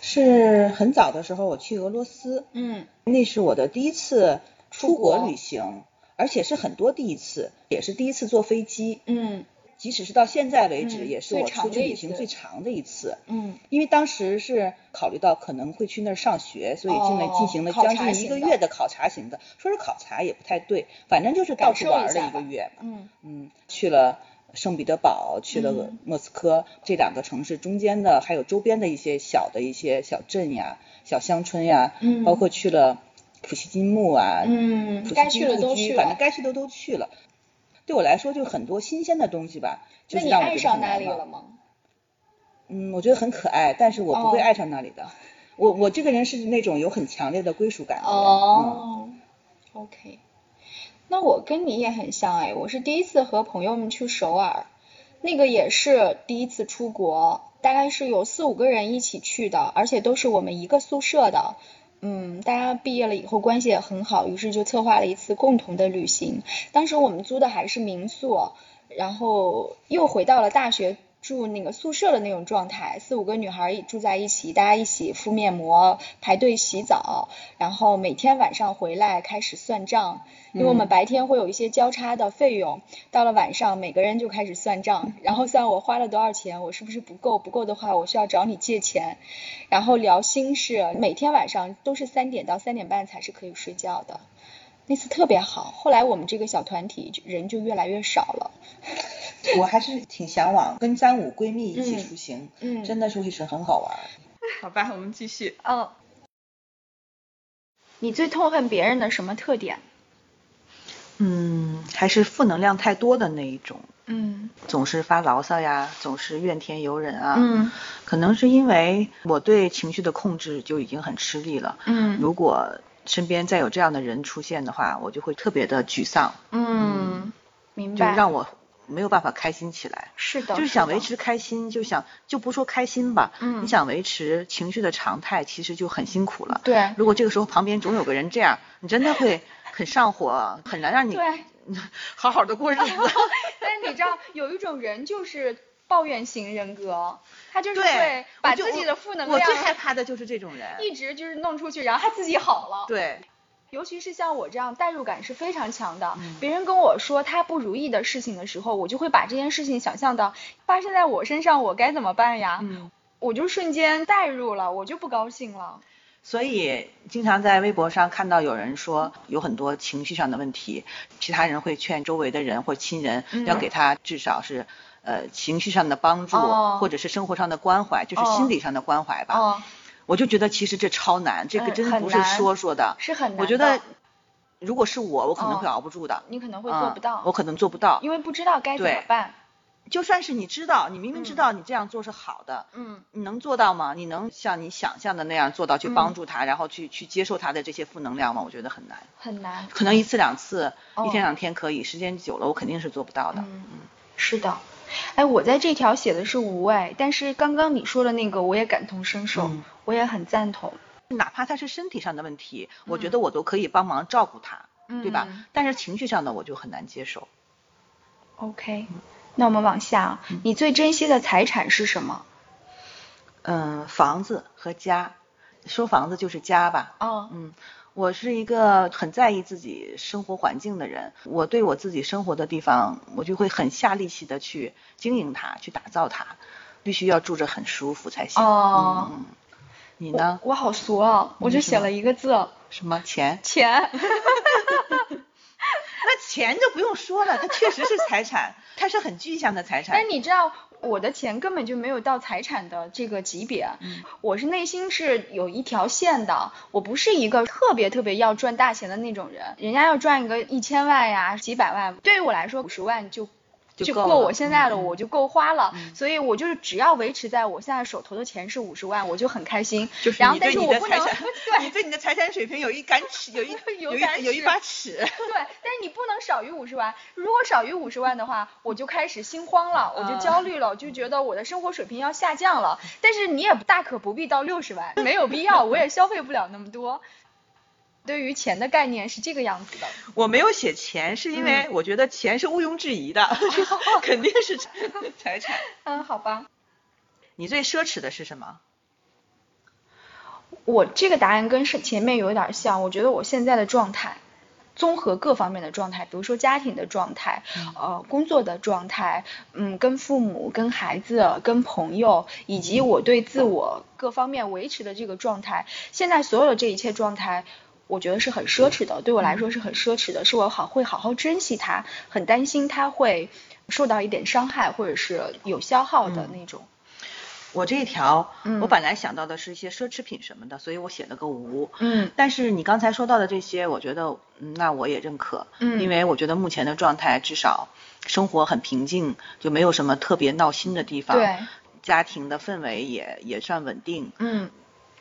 S5: 是很早的时候我去俄罗斯，
S1: 嗯
S5: 那是我的第一次出国
S1: 出国
S5: 旅行，而且是很多第一次，也是第一次坐飞机。
S1: 嗯
S5: 即使是到现在为止，
S1: 嗯
S5: 也是
S1: 最
S5: 我
S1: 长
S5: 出去
S1: 的一
S5: 旅行
S1: 次
S5: 最长的一次。
S1: 嗯，
S5: 因为当时是考虑到可能会去那儿上学，所以进来
S1: 哦
S5: 进行了
S1: 考察
S5: 将近一个
S1: 型的
S5: 月的考察型的，说是考察也不太对，反正就是到
S1: 感
S5: 处
S1: 受
S5: 玩
S1: 一
S5: 儿了
S1: 下
S5: 一个
S1: 吧。
S5: 月嘛。
S1: 嗯
S5: 嗯，去了圣彼得堡，去了
S1: 嗯
S5: 莫斯科、这两个城市中间的，还有周边的一些小的一些小镇呀、小乡村呀，
S1: 嗯
S5: 包括去了普希金墓啊，
S1: 嗯
S5: 普，希
S1: 该
S5: 金
S1: 去的
S5: 故
S1: 都
S5: 居
S1: 去
S5: 反正
S1: 了。
S5: 该去的都去了。对我来说，就很多新鲜的东西吧，就
S1: 那
S5: 是
S1: 你
S5: 让我
S1: 爱
S5: 觉得
S1: 上
S5: 很
S1: 哪
S5: 难
S1: 里
S5: 忘
S1: 了。吗？
S5: 嗯，我觉得很可爱，但是我不会
S1: 哦
S5: 爱上那里的。我我这个人是那种有很强烈的归属感的人。嗯，
S1: 哦、o k 那我跟你也很像哎，我是第一次和朋友们去首尔，那个也是第一次出国，大概是有四五个人一起去的，而且都是我们一个宿舍的。嗯，大家毕业了以后关系也很好，于是就策划了一次共同的旅行。当时我们租的还是民宿，然后又回到了大学住那个宿舍的那种状态，四五个女孩一住在一起，大家一起敷面膜、排队洗澡，然后每天晚上回来开始算账，因为我们白天会有一些交叉的费用，到了晚上每个人就开始算账，然后算我花了多少钱，我是不是不够，不够的话我需要找你借钱，然后聊心事，每天晚上都是三点到三点半才是可以睡觉的。那次特别好，后来我们这个小团体就人就越来越少了。
S5: 嗯我还是挺向往跟三五闺蜜一起
S1: 嗯
S5: 出行，
S1: 嗯
S5: 真的是会是很好玩儿。
S3: 好吧，我们继续。
S1: 嗯，你最痛恨别人的什么特点？
S3: 嗯，还是负能量太多的那一种，
S1: 嗯
S3: 总是发牢骚呀，总是怨天尤人啊。，
S1: 嗯
S3: 可能是因为我对情绪的控制就已经很吃力了。
S1: 嗯
S3: 如果身边再有这样的人出现的话，我就会特别的沮丧，
S1: 嗯，明
S3: 就
S1: 白。
S3: 让我没有办法开心起来。
S1: 是的，
S3: 就是想
S1: 的
S3: 维。持开心，就想就不说开心吧，
S1: 嗯
S3: 你想维持情绪的常态，其实就很辛苦了。
S1: 对
S3: 如果这个时候旁边总有个人这样，你真的会很上火，很难让你
S1: 对，
S3: 好好的 过日子。
S1: 但是你知道，有一种人就是抱怨型人格，他就是
S3: 对
S1: 会，
S3: 我
S1: 把
S3: 就
S1: 自己
S3: 我
S1: 的负能
S3: 我
S1: 量
S3: 最害怕的就是这种人。
S1: 一直就是弄出去，然后他自己好了。
S3: 对，
S1: 尤其是像我这样代入感是非常强的，
S3: 嗯
S1: 别人跟我说他不如意的事情的时候，我就会把这件事情想象到发生在我身上，我该怎么办呀？
S3: 嗯，
S1: 我就瞬间代入了，我就不高兴了。
S3: 所以经常在微博上看到有人说有很多情绪上的问题，其他人会劝周围的人或亲人
S1: 嗯
S3: 要给他至少是。呃，情绪上的帮助，
S1: 哦
S3: 或者是生活上的关怀，就是
S1: 哦
S3: 心理上的关怀吧。
S1: 哦，
S3: 我就觉得其实这超难，这个
S1: 嗯
S3: 真
S1: 很
S3: 不是
S1: 难
S3: 说说的。
S1: 是很难的。
S3: 我觉得如果是我，我可能
S1: 哦
S3: 会熬不住的，
S1: 你可能会做不到，
S3: 嗯我可能做不到。
S1: 因为不知道该怎么
S3: 对
S1: 办。
S3: 就算是你知道，你明明
S1: 嗯
S3: 知道你这样做是好的，
S1: 嗯
S3: 你能做到吗？你能像你想象的那样做到去帮
S1: 嗯
S3: 助他，然后去去接受他的这些负能量吗？我觉得很难，
S1: 很难。
S3: 可能一次两次，一天
S1: 哦
S3: 两天可以，时间久了我肯定是做不到的。
S1: 嗯，是的。哎，我在这条写的是无爱，但是刚刚你说的那个我也感同身受，
S3: 嗯
S1: 我也很赞同。
S3: 哪怕他是身体上的问题，我觉
S1: 嗯
S3: 得我都可以帮忙照顾他，对吧
S1: 嗯？
S3: 但是情绪上的我就很难接受。
S1: OK，那我们往下啊，
S3: 嗯
S1: 你最珍惜的财产是什么？
S3: 嗯，房子和家，说房子就是家吧，
S1: 啊，
S3: 嗯，我是一个很在意自己生活环境的人，我对我自己生活的地方，我就会很下力气的去经营它，去打造它，必须要住着很舒服才行。
S1: 哦
S3: 嗯，嗯你呢？
S1: 我好俗啊，我就写了一个字，
S3: 什么钱？
S1: 钱。
S3: 那钱就不用说了，它确实是财产，它是很具象的财产
S1: 但。你知道，我的钱根本就没有到财产的这个级别，啊
S3: 嗯
S1: 我是内心是有一条线的，我不是一个特别特别要赚大钱的那种人，人家要赚一个一千万呀、几百万，对于我来说五十万就。
S3: 就
S1: 就
S3: 够
S1: 够
S3: 了
S1: 我现在的，
S3: 嗯
S1: 我就够花了，所以我就是只要维持在我现在手头的钱是五十万，我就很开心。
S3: 就是
S1: 然后
S3: 你，对
S1: 但是
S3: 你
S1: 我
S3: 的
S1: 不能
S3: 财产，你
S1: 对
S3: 对你的财产水平有一杆尺， 有一
S1: 有
S3: 一
S1: 杆
S3: 有一
S1: 尺
S3: 把尺。
S1: 对，但是你不能少于五十万。如果少于五十万的话，我就开始心慌了，我就焦虑了，我就觉得我的生活水平要下降了。但是你也大可不必到六十万，没有必要，我也消费不了那么多。对于钱的概念是这个样子的，
S3: 我没有写钱，是因为我觉得钱是毋庸置疑 的，肯定是 财产。
S1: 嗯，好吧，
S3: 你最奢侈的是什么？
S1: 我这个答案跟是前面有一点像，我觉得我现在的状态。综合各方面的状态，比如说家庭的状态，呃，工作的状态，嗯，跟父母、跟孩子、跟朋友，以及我对自我各方面维持的这个状态，现在所有的这一切状态，我觉得是很奢侈的，对我来说是很奢侈的，是我好会好好珍惜它，很担心它会受到一点伤害或者是有消耗的那种。
S3: 我这一条，
S1: 嗯
S3: 我本来想到的是一些奢侈品什么的，所以我写了个无。
S1: 嗯
S3: 但是你刚才说到的这些，我觉得，嗯那我也认可，
S1: 嗯
S3: 因为我觉得目前的状态至少生活很平静，就没有什么特别闹心的地方，
S1: 对，
S3: 家庭的氛围也也算稳定，
S1: 嗯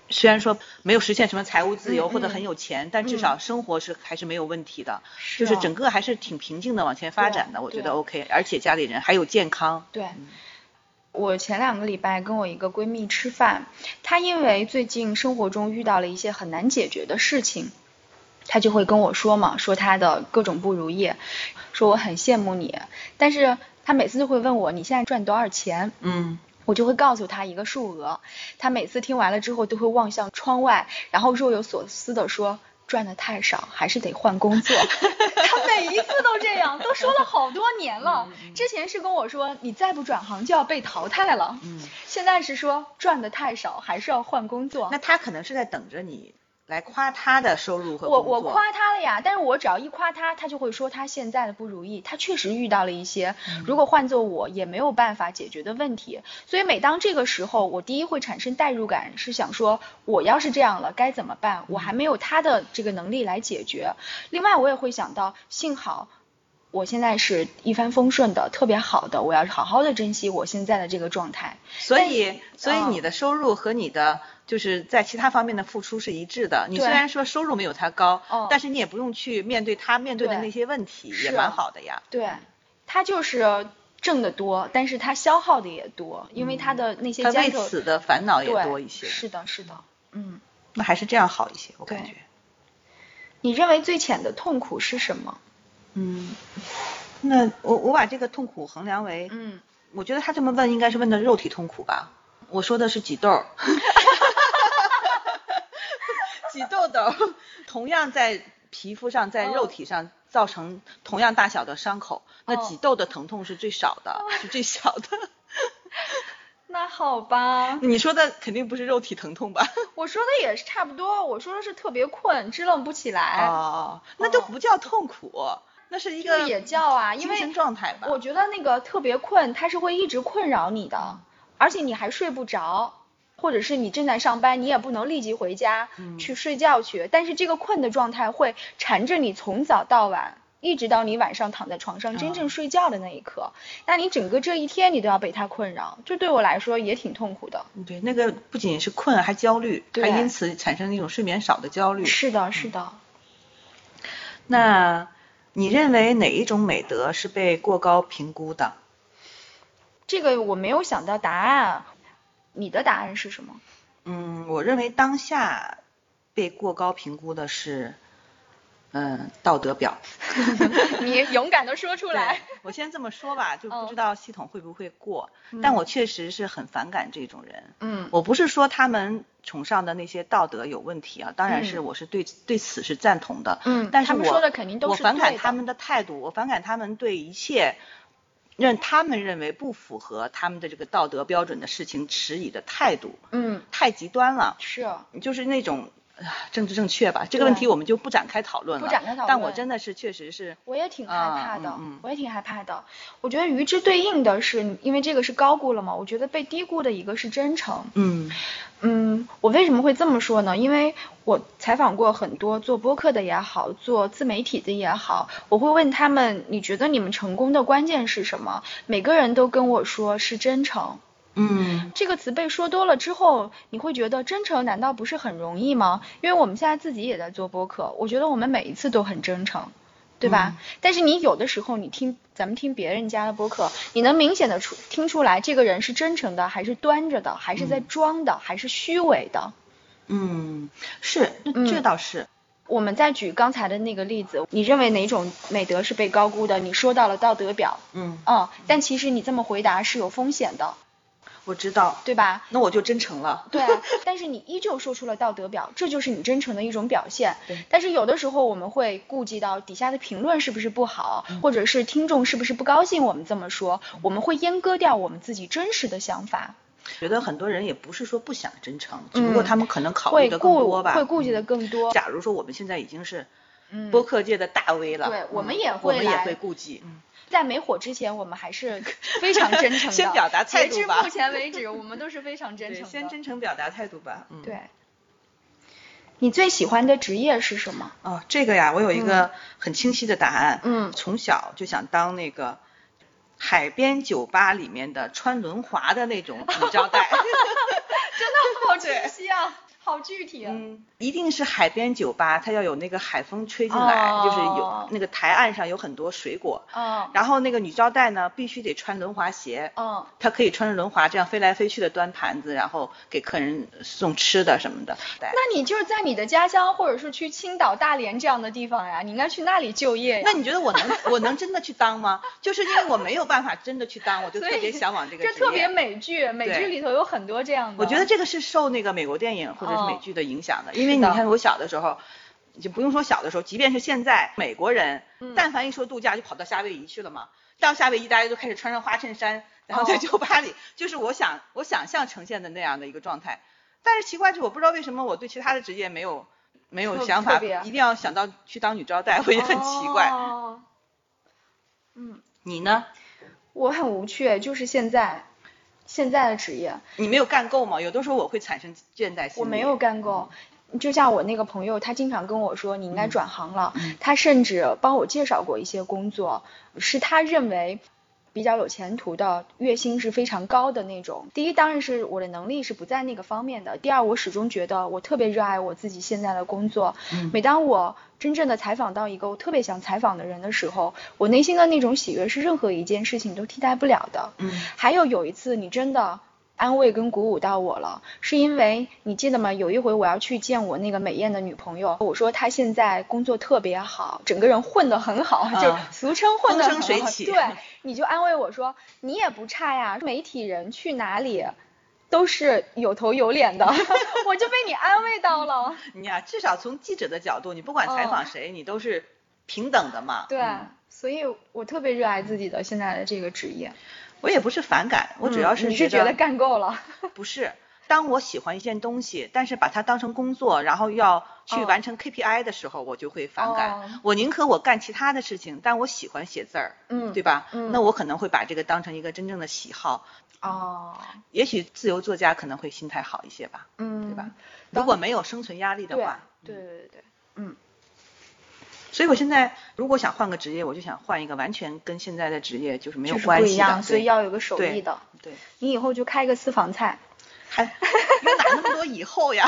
S3: 虽然说没有实现什么财务自由
S1: 嗯
S3: 或者很有钱，但至少生活是还是没有问题的，
S1: 是
S3: 就是
S1: 啊
S3: 整个还是挺平静的往前发展的，
S1: 对
S3: 我觉
S1: 对
S3: 得 OK，而且家里人还有健康，
S1: 对。我前两个礼拜跟我一个闺蜜吃饭，她因为最近生活中遇到了一些很难解决的事情，她就会跟我说嘛，说她的各种不如意，说我很羡慕你，但是她每次就会问我你现在赚多少钱，
S3: 嗯，
S1: 我就会告诉她一个数额，她每次听完了之后都会望向窗外，然后若有所思的说。赚的太少，还是得换工作。 她每一次都这样，都说了好多年了。之前是跟我说，你再不转行就要被淘汰了。现在是说赚的太少，还是要换工 作。
S3: 那他可能是在等着你来夸他的收入和
S1: 我
S3: 工作
S1: 我夸他了呀，但是我只要一夸他，他就会说他现在的不如意，他确实遇到了一些，
S3: 嗯
S1: 如果换做我也没有办法解决的问题。所以每当这个时候，我第一会产生代入感，是想说我要是这样了该怎么办？我
S3: 嗯
S1: 还没有他的这个能力来解决。另外，我也会想到，幸好。我现在是一帆风顺的，特别好的，我要好好的珍惜我现在的这个状态。
S3: 所以，所以
S1: 嗯
S3: 你的收入和你的就是在其他方面的付出是一致的。你
S1: 对
S3: 虽然说收入没有他高
S1: 嗯，
S3: 但是你也不用去面对他面对的
S1: 对
S3: 那些问题，也
S1: 是啊
S3: 蛮好的呀。
S1: 对，他就是挣得多，但是他消耗的也多，因为他的那些
S3: 嗯他
S1: 家
S3: 为
S1: 头
S3: 此的烦恼也
S1: 对
S3: 多一些，
S1: 是的，是的，嗯。
S3: 那还是这样好一些，我感
S1: 对
S3: 觉。
S1: 你认为最浅的痛苦是什么？
S3: 嗯，那我我把这个痛苦衡量为，
S1: 嗯，
S3: 我觉得他这么问应该是问的肉体痛苦吧。我说的是挤痘 儿，挤痘痘，同样在皮肤上、在肉体上造成同样大小的伤口，那
S1: 哦
S3: 挤痘的疼痛是最少的，是最小的。
S1: 那好吧，
S3: 你说的肯定不是肉体疼痛吧？
S1: 我说的也是差不多，我说的是特别困，支棱不起来。
S3: 哦，那就不叫痛苦，那是一
S1: 这
S3: 个
S1: 也叫啊，因为
S3: 精神状态吧
S1: 我觉得那个特别困，它是会一直困扰你的，而且你还睡不着，或者是你正在上班，你也不能立即回家、去睡觉去。但是这个困的状态会缠着你从早到晚。一直到你晚上躺在床上真正睡觉的那一刻，那你整个这一天你都要被它困扰，这对我来说也挺痛苦的。
S3: 对，那个不仅是困，还焦虑，还
S1: 对
S3: 因此产生一种睡眠少的焦虑。
S1: 是的，是的，
S3: 那你认为哪一种美德是被过高评估的？
S1: 这个我没有想到答案。你的答案是什么？
S3: 嗯，我认为当下被过高评估的是，嗯道德表。
S1: 你勇敢的说出来哦
S3: 对。我先这么说吧，就不知道系统会不会过，但我确实是很反感这种人。
S1: 嗯
S3: 我不是说他们崇尚的那些道德有问题啊，当然是
S1: 嗯
S3: 我是对、对此是赞同的。
S1: 嗯
S3: 但是
S1: 他
S3: 我
S1: 们说的肯定都
S3: 我
S1: 是
S3: 反感
S1: 对的
S3: 他们的态度，我反感他们对一切让他们认为不符合他们的这个道德标准的事情迟疑的态度，
S1: 嗯，
S3: 太极端了，
S1: 是，
S3: 就是那种。啊政治正确吧，这个问题我们就不展开讨论了。
S1: 不展开讨
S3: 但
S1: 论
S3: 我真的是确实是，
S1: 我也挺害怕的，
S3: 啊嗯嗯
S1: 我也挺害怕的。我觉得与之对应的是，因为这个是高估了嘛，我觉得被低估的一个是真诚。
S3: 嗯
S1: 嗯，我为什么会这么说呢？因为我采访过很多做播客的也好，做自媒体的也好，我会问他们，你觉得你们成功的关键是什么？每个人都跟我说是真诚。
S3: 嗯
S1: 这个词被说多了之后，你会觉得真诚难道不是很容易吗？因为我们现在自己也在做播客，我觉得我们每一次都很真诚，对吧？但是你有的时候你听咱们听别人家的播客，你能明显的出听出来这个人是真诚的，还是端着的，还是在装的，还是虚伪的。
S3: 嗯，是，这
S1: 嗯
S3: 这倒是，
S1: 我们再举刚才的那个例子，你认为哪种美德是被高估的？你说到了道德表，
S3: 嗯，
S1: 嗯，但其实你这么回答是有风险的，
S3: 我知道，
S1: 对吧？
S3: 那我就真诚 了。
S1: 对啊，但是你依旧说出了道德表，这就是你真诚的一种表现。但是有的时候我们会顾及到底下的评论是不是不好，
S3: 嗯
S1: 或者是听众是不是不高兴我们这么说，我们会阉割掉我们自己真实的想法，
S3: 觉得很多人也不是说不想真诚，只不过
S1: 嗯
S3: 他们可能考虑
S1: 会
S3: 的更
S1: 顾
S3: 多吧。嗯
S1: 会顾及的更多。
S3: 假如说我们现在已经是
S1: 嗯
S3: 播客界的大 V 了，
S1: 对
S3: 嗯
S1: 我们也
S3: 我
S1: 会
S3: 们也
S1: 来
S3: 会顾忌。嗯
S1: 在没火之前，我们还是非常真诚的。
S3: 先表达态度
S1: 截至
S3: 吧
S1: 目前为止，我们都是非常真
S3: 对，
S1: 诚的。
S3: 先真诚表达态度吧。嗯，。
S1: 对。你最喜欢的职业是什 么？
S3: 哦，这个呀，我有一个很清晰的答案。
S1: 嗯
S3: 从小就想当那个海边酒吧里面的穿轮滑的那种女 招待。
S1: 真的好清晰啊，好具体啊。
S3: 嗯，一定是海边酒吧，它要有那个海风吹进来，
S1: 哦
S3: 就是有那个台岸上有很多水果，
S1: 嗯
S3: 然后那个女招待呢必须得穿轮滑鞋，
S1: 嗯，
S3: 她可以穿着轮滑这样飞来飞去的端盘子，然后给客人送吃的什么的。对
S1: 那你就是在你的家乡，或者是去青岛、大连这样的地方呀，你应该去那里就业呀。
S3: 那你觉得我能我能真的去当吗？就是因为我没有办法真的去当，我就特
S1: 所以
S3: 别向往这个
S1: 这
S3: 职业。
S1: 特别美剧，美剧里头有很多这样的。
S3: 我觉得这个是受那个美国电影或者是美
S1: 嗯哦
S3: 剧的影响的，因为
S1: 是
S3: 你
S1: 的
S3: 看我小的时候，就不用说小的时候，即便是现在，美国人、
S1: 嗯
S3: 但凡一说度假就跑到夏威夷去了嘛。到夏威夷，大家就开始穿上花衬衫，然后在
S1: 哦
S3: 酒吧里，就是我想我想象呈现的那样的一个状态。但是奇怪是，我不知道为什么我对其他的职业没有没有
S1: 特
S3: 想法，
S1: 特别
S3: 一定要想到去当女招待，我也很奇怪。
S1: 哦、嗯，
S3: 你呢？
S1: 我很无趣，就是现在现在的职业，
S3: 你没有干够吗？有的时候我会产生倦怠心理。
S1: 我没有干够。就像我那个朋友，他经常跟我说你应该转行了，他甚至帮我介绍过一些工作，是他认为比较有前途的，月薪是非常高的那种。第一，当然是我的能力是不在那个方面的；第二，我始终觉得我特别热爱我自己现在的工作。每当我真正的采访到一个我特别想采访的人的时候，我内心的那种喜悦是任何一件事情都替代不了的。
S3: 嗯
S1: 还有有一次你真的安慰跟鼓舞到我了，是因为你记得吗？有一回我要去见我那个美艳的女朋友，我说她现在工作特别好，整个人混得很好，
S3: 啊
S1: 就俗称混得很好。
S3: 风生水起
S1: 对，你就安慰我说你也不差呀，媒体人去哪里都是有头有脸 的，我就被你安慰到了。
S3: 你呀、至少从记者的角度，你不管采
S1: 嗯
S3: 访谁，你都是平等的嘛。
S1: 对，
S3: 嗯
S1: 所以我特别热爱自己的现在的这个职业。
S3: 我也不是反感，我主
S1: 嗯
S3: 要是
S1: 你是
S3: 觉
S1: 觉得干够了？
S3: 不是。当我喜欢一件东西，但是把它当成工作，然后要去
S1: 哦
S3: 完成 KPI 的时候，我就会反感。
S1: 哦
S3: 我宁可我干其他的事情，但我喜欢写字儿，
S1: 嗯
S3: 对吧？
S1: 嗯
S3: 那我可能会把这个当成一个真正的喜好。
S1: 哦，
S3: 也许自由作家可能会心态好一些吧。
S1: 嗯，
S3: 对吧？如果没有生存压力的
S1: 对
S3: 话，
S1: 对对对对，嗯
S3: 所以我现在如果想换个职业，我就想换一个完全跟现在的职业就是没有
S1: 就是
S3: 关
S1: 不
S3: 系的，
S1: 一样，所以
S3: 对
S1: 要有个手
S3: 对
S1: 艺的。
S3: 对，哎
S1: 你以后就开一个私房菜，
S3: 还有哪那么多以后呀？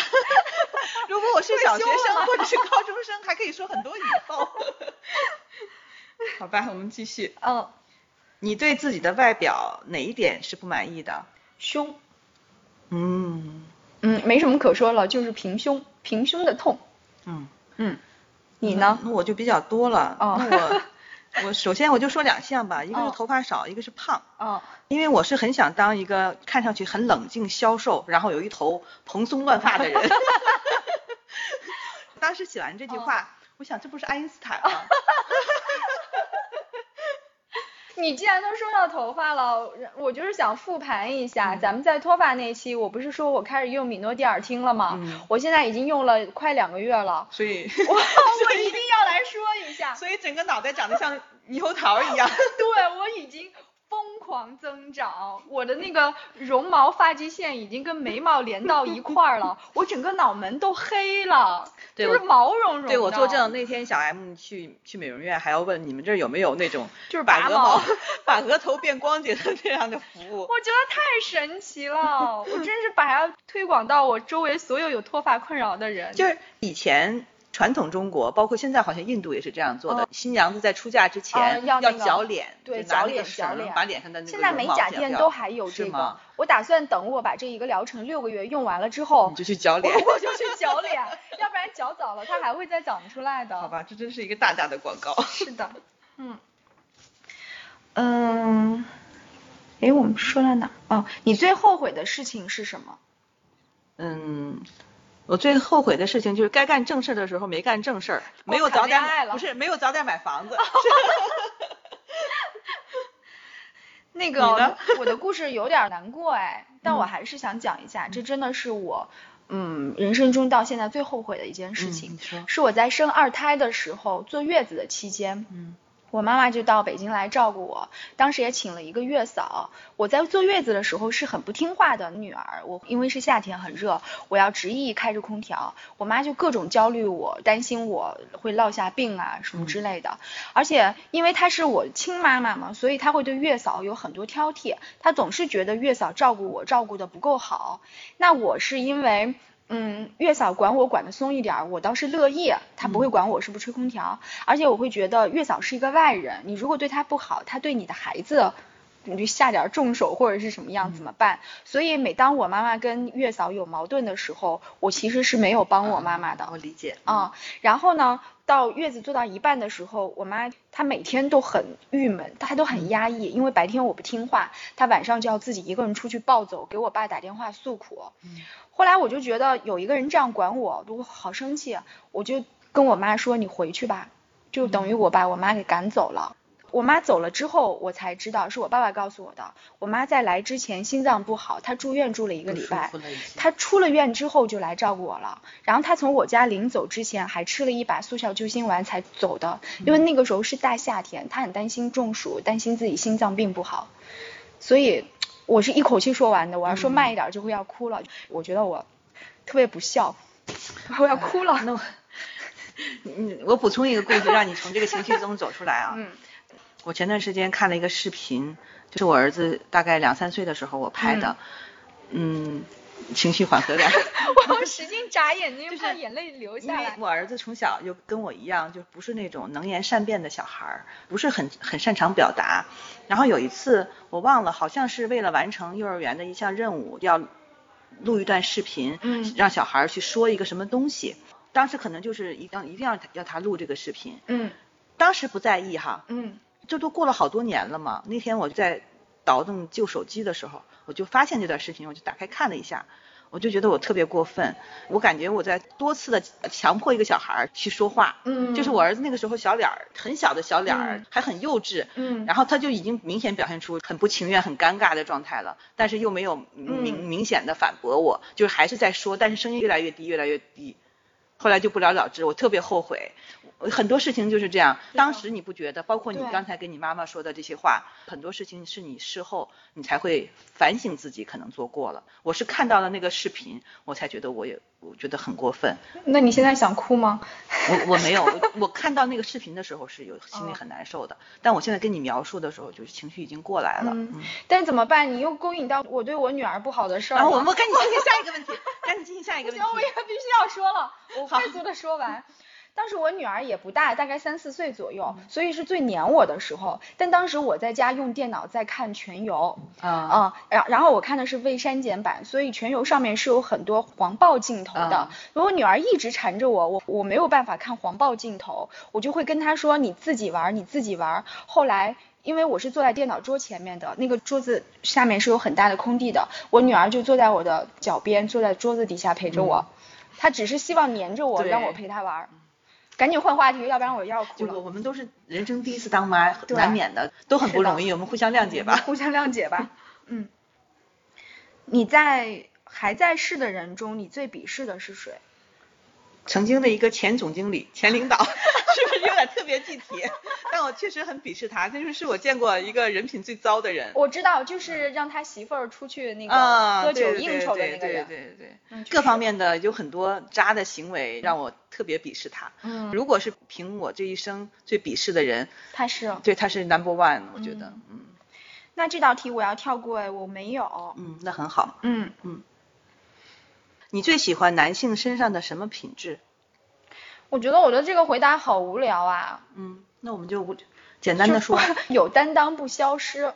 S3: 如果 我是小学生或者是高中生，还可以说很多以后。好吧，我们继续。
S1: 嗯，
S3: 你对自己的外表哪一点是不满意的？
S1: 胸，
S3: 嗯
S1: 嗯，没什么可说了，就是平胸，平胸的痛，
S3: 嗯，
S1: 嗯，你呢？
S3: 那我就比较多了。
S1: 哦
S3: 那我我首先我就说两项吧，一个
S1: 哦
S3: 是头发少，一个是胖。
S1: 哦，
S3: 因为我是很想当一个看上去很冷静、消瘦，然后有一头蓬松乱发的 人。当时写完这句话，我想这不是爱因斯坦吗？
S1: 你既然都说到头发了，我就是想复盘一下，
S3: 嗯
S1: 咱们在脱发那期，我不是说我开始用米诺地尔汀了吗？
S3: 嗯
S1: 我现在已经用了快两个月 了，
S3: 所以，
S1: 我我一定要来说一 下，
S3: 所以整个脑袋长得像猕猴桃一样。
S1: 对我已经疯狂增长，我的那个绒毛发际线已经跟眉毛连到一块儿 了，我整个脑门都黑了，
S3: 对
S1: 就是
S3: 我
S1: 毛茸茸的。
S3: 对我作证，那天小 M 去去美容院还要问你们这儿有没有那种
S1: 就是
S3: 把
S1: 拔
S3: 鹅
S1: 毛
S3: 毛、 把额头变光洁的这样的服务。
S1: 我觉得太神奇 了，我真是把它推广到我周围所有有脱发困扰的人。
S3: 就是以前传统中国，包括现在好像印度也是这样做的，新娘子在出嫁之前、
S1: 哦要那个
S3: 绞脸，
S1: 对
S3: 就拿
S1: 绞
S3: 那个
S1: 脸
S3: 绳
S1: 绞
S3: 儿
S1: 脸
S3: 把脸上的那个
S1: 现在
S3: 绒
S1: 美
S3: 毛
S1: 甲
S3: 绞
S1: 店
S3: 掉
S1: 都还有这
S3: 是
S1: 个
S3: 吗，
S1: 我打算等我把这一个疗程六个月用完了之后
S3: 你，就去 绞脸。
S1: 我就去绞脸，要不然绞早了它还会再长出来的。
S3: 好吧，这真是一个大大的广告。
S1: 是的，嗯，嗯，诶，我们说到哪儿？哦，你最后悔的事情是什么？
S3: 嗯，我最后悔的事情就是该干正事儿的时候没干正事儿，
S1: 光
S3: 没有
S1: 哦谈
S3: 早点
S1: 恋爱了哦
S3: 不是没有早点买房子。
S1: 那
S3: 你
S1: 个
S3: 呢
S1: 我的故事有点难过 哎，但我还是想讲一下，这真的是我嗯人生中到现在最后悔的一件事
S3: 嗯
S1: 情
S3: 你，说
S1: 是我在生二胎的时候坐月子的期间，
S3: 嗯
S1: 我妈妈就到北京来照顾我，当时也请了一个月嫂。我在坐月子的时候是很不听话的女儿，我因为是夏天很热，我要执意开着空调，我妈就各种焦虑我，担心我会落下病啊什么之类的。而且因为她是我亲妈妈嘛，所以她会对月嫂有很多挑剔，她总是觉得月嫂照顾我照顾的不够好。那我是因为。嗯，月嫂管我管的松一点儿，我倒是乐意，她不会管我是不是吹空调，而且我会觉得月嫂是一个外人，你如果对她不好，她对你的孩子，你就下点儿重手或者是什么样怎么办？所以每当我妈妈跟月嫂有矛盾的时候，我其实是没有帮我妈妈的。
S3: 我理解。
S1: 啊、然后呢，到月子做到一半的时候，我妈她每天都很郁闷，她都很压抑，因为白天我不听话，她晚上就要自己一个人出去暴走，给我爸打电话诉苦。
S3: 嗯
S1: 后来我就觉得有一个人这样管我，我好生气，啊我就跟我妈说：“你回去吧。”就等于
S3: 嗯
S1: 我把我妈给赶走了。我妈走了之后，我才知道是我爸爸告诉我的。我妈在来之前心脏不好，她住院住了一个
S3: 不
S1: 礼
S3: 舒
S1: 拜
S3: 服了已经。
S1: 她出了院之后就来照顾我了。然后她从我家临走之前还吃了一把速效救心丸才走的，因为那个时候是大夏天，她很担心中暑，担心自己心脏病不好，所以我是一口气说完的。我要说慢一点就会要哭了，我觉得我特别不孝，呃我要哭了。
S3: 那我，嗯，我补充一个故事，让你从这个情绪中走出来啊。
S1: 嗯
S3: 我前段时间看了一个视频，就是我儿子大概两三岁的时候我拍的，嗯情绪缓和点儿。
S1: 我要使劲眨眼睛，怕眼泪流
S3: 因
S1: 下
S3: 为
S1: 来。
S3: 我儿子从小就跟我一样，就不是那种能言善辩的小孩儿，不是很很擅长表达。然后有一次我忘了，好像是为了完成幼儿园的一项任务，要录一段视频，
S1: 嗯
S3: 让小孩儿去说一个什么东西。当时可能就是一定要一定要要他录这个视频，
S1: 嗯
S3: 当时不在意哈，
S1: 嗯
S3: 这都过了好多年了嘛。那天我在倒腾旧手机的时候，我就发现这段视频，我就打开看了一下，我就觉得我特别过分，我感觉我在多次的强迫一个小孩儿去说话。
S1: 嗯
S3: 就是我儿子那个时候小脸儿很小的小脸儿、
S1: 嗯
S3: 还很幼稚，
S1: 嗯
S3: 然后他就已经明显表现出很不情愿、很尴尬的状态了，但是又没有明、
S1: 嗯
S3: 明显的反驳我，就是还是在说，但是声音越来越低，越来越低。后来就不了了之，我特别后悔。我很多事情就是这样，当时你不觉得，包括你
S1: 啊对
S3: 刚才跟你妈妈说的这些话，很多事情是你事后你才会反省自己可能做过了。我是看到了那个视频，我才觉得我也我觉得很过分。
S1: 那你现在想哭吗？
S3: 我我没 有，我我看到那个视频的时候是有心里
S1: 哦
S3: 很难受的，但我现在跟你描述的时候，就是情绪已经过来了。
S1: 嗯，但怎么办？你又勾引到我对我女儿不好的事儿
S3: 然
S1: 了。
S3: 后我们 赶紧进行下一个问题，赶紧进行下一个
S1: 不
S3: 问
S1: 行，我
S3: 题。
S1: 也必须要说了，我快速的说完。当时我女儿也不大，大概三四岁左右，
S3: 嗯
S1: 所以是最黏我的时候。但当时我在家用电脑在看《全游》
S3: 啊，
S1: 啊，然然后我看的是未删减版，所以《全游》上面是有很多黄暴镜头的
S3: 啊。
S1: 如果女儿一直缠着我，我我没有办法看黄暴镜头，我就会跟她说你自己玩儿，你自己玩儿。后来。因为我是坐在电脑桌前面的，那个桌子下面是有很大的空地的，我女儿就坐在我的脚边，坐在桌子底下陪着我，她只是希望黏着我，
S3: 嗯对
S1: 让我陪她玩儿。赶紧换话题，要不然我又要哭
S3: 就我
S1: 了。
S3: 我们都是人生第一次当妈，
S1: 对
S3: 难免的，都很
S1: 是
S3: 不
S1: 的
S3: 容易，我们互相谅解吧。
S1: 互相谅解吧。嗯，你在还在世的人中，你最鄙视的是谁？
S3: 曾经的一个前总经理、前领导， 是不是有点特别具体？ 但我确实很鄙视他，就是是我见过一个人品最糟的人。
S1: 我知道，就是让他媳妇儿出去那个
S3: 啊，
S1: 喝酒
S3: 对
S1: 应酬的那个
S3: 对对
S1: 人。
S3: 对对对
S1: 嗯确
S3: 各方
S1: 实
S3: 面的有很多渣的行为让我特别鄙视他。
S1: 嗯
S3: 如果是凭我这一生最鄙视的人，
S1: 他是。
S3: 对他是 number one，我觉得，嗯
S1: 那这道题我要跳过，哎，我没有。
S3: 嗯，那很好。
S1: 嗯，
S3: 你最喜欢男性身上的什么品质？
S1: 我觉得我的这个回答好无聊啊。
S3: 嗯，那我们就无简单的说
S1: 有担当不消失，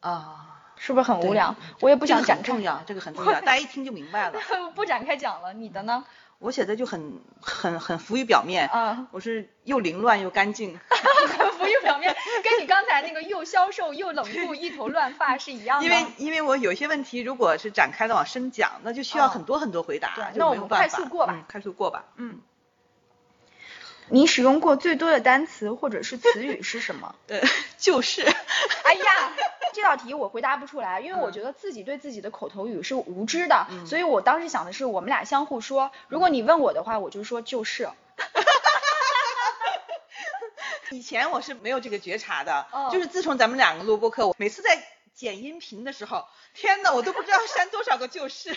S3: 啊，
S1: 是不是很无
S3: 对
S1: 聊？我也不
S3: 不
S1: 想展
S3: 讲
S1: 开。
S3: 重要，这个很重要， 大家一听就明白了。
S1: 不展开讲了，你的呢？
S3: 我写的就很很很浮于表面，
S1: 啊，
S3: 我是又凌乱又干净，
S1: 很浮于表面，跟你刚才那个又消瘦又冷酷一头乱发是一样的。
S3: 因为因为我有些问题如果是展开的往深讲，那就需要
S1: 嗯
S3: 很多很多回答，
S1: 对
S3: 就
S1: 那我
S3: 没有
S1: 们
S3: 办
S1: 快
S3: 法
S1: 速过吧
S3: 嗯快速过吧。
S1: 嗯，你使用过最多的单词或者是词语是什 么？
S3: 呃，就是，
S1: 哎呀， 这道题我回答不出来，因为
S3: 嗯
S1: 我觉得自己对自己的口头语是无知的，所以我当时想的是我们俩相互说，如果你问我的话，我就说就是。
S3: 以前我是没有这个觉察的，
S1: 哦
S3: 就是自从咱们两个录播课，我每次在剪音频的时候，天呐，我都不知道删多少个就是。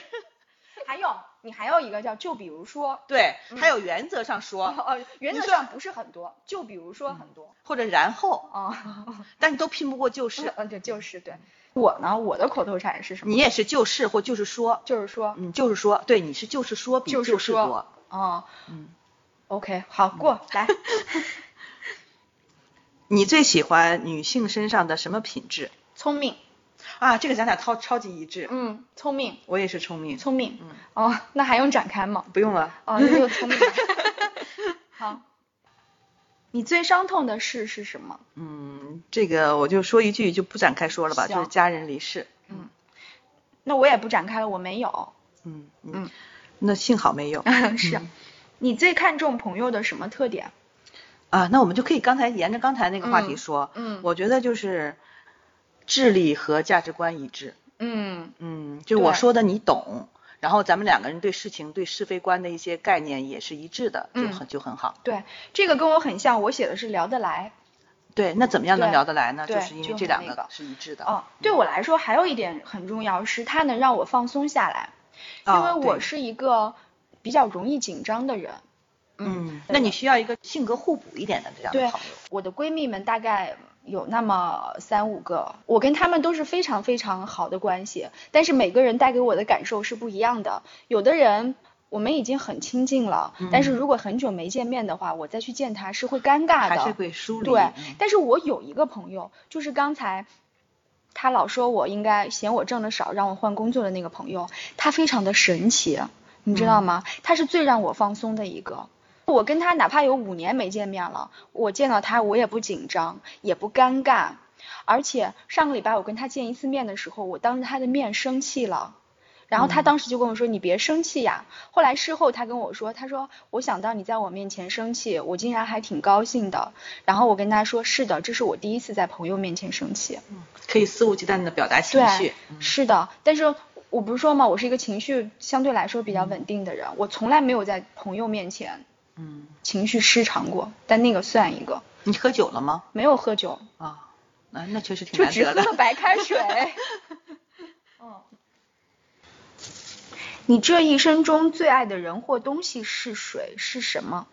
S1: 还有，你还有一个叫就比如说，
S3: 对，还有原则
S1: 嗯
S3: 上
S1: 哦
S3: 说，
S1: 哦，原则
S3: 你说嗯
S1: 上不是很多，就比如说很多。
S3: 或者然后，
S1: 哦，
S3: 但都拼不过就是。
S1: 嗯，对，就是对。我呢，我的口头禅是什么？
S3: 你也是就是或就是说，
S1: 就是说，
S3: 嗯，就是说，对，你是就是说比
S1: 就是
S3: 是多
S1: 说。，哦
S3: 嗯
S1: ，OK，好，过 来。
S3: 你最喜欢女性身上的什么品质
S1: 聪明，
S3: 啊？这个咱俩超超级一致，
S1: 嗯，聪明，
S3: 我也是聪明，
S1: 聪明，哦，那还用展开吗？
S3: 不用了。
S1: 哦，那就聪明。 好，你最伤痛的事是什么？
S3: 嗯，这个我就说一句就不展开说了吧，
S1: 行
S3: 就是家人离世。
S1: 嗯那我也不展开了，我没有。
S3: 嗯
S1: 嗯哎
S3: 嗯，那幸好没有
S1: 是、啊你最看重朋友的什么特点？
S3: 啊。那我们就可以刚才沿着刚才那个话题
S1: 嗯
S3: 说，
S1: 嗯
S3: 我觉得就是智力和价值观一致。
S1: 嗯
S3: 嗯，就我
S1: 对
S3: 说的你懂，然后咱们两个人对事情、对是非观的一些概念也是一致的，就
S1: 嗯
S3: 很就很好。
S1: 对，这个跟我很像，我写的是聊得来。
S3: 对，那怎么样能
S1: 对
S3: 聊得来呢？就
S1: 对
S3: 是因
S1: 就
S3: 为这
S1: 很
S3: 两
S1: 那
S3: 个
S1: 个
S3: 是一致的。
S1: 哦，对我来说还有一点很重要是，它能让我放松下来，因为
S3: 啊
S1: 我
S3: 对
S1: 是一个比较容易紧张的人。
S3: 嗯，那你需要一个性格互补一点的这样的
S1: 对
S3: 朋友。，
S1: 我的闺蜜们大概有那么三五个，我跟她们都是非常非常好的关系，但是每个人带给我的感受是不一样的。有的人我们已经很亲近了，
S3: 嗯
S1: 但是如果很久没见面的话，我再去见他是会尴尬的，
S3: 还是会疏离。
S1: 对
S3: 嗯，
S1: 但是我有一个朋友，就是刚才他老说我应该嫌我挣的少，让我换工作的那个朋友，他非常的神奇，你知道吗？他是最让我放松的一个。我跟他哪怕有五年没见面了，我见到他我也不紧张，也不尴尬，而且上个礼拜我跟他见一次面的时候，我当着他的面生气了。然后他当时就跟我说：“你别生气呀。”后来事后他跟我说：“他说我想到你在我面前生气，我竟然还挺高兴的。”然后我跟他说：“是的，这是我第一次在朋友面前生气。
S3: 可以肆无忌惮的表达情
S1: 对
S3: 绪。，
S1: 是的。但是我不是说嘛，我是一个情绪相对来说比较稳定的人，我从来没有在朋友面前
S3: 嗯，
S1: 情绪失常过。但那个算一个，
S3: 你喝酒了吗？
S1: 没有喝酒，
S3: 啊，那那确实挺
S1: 就
S3: 难
S1: 只
S3: 得
S1: 喝
S3: 的。
S1: 了白 开水。嗯，你这一生中最爱的人或东西是谁？是什么？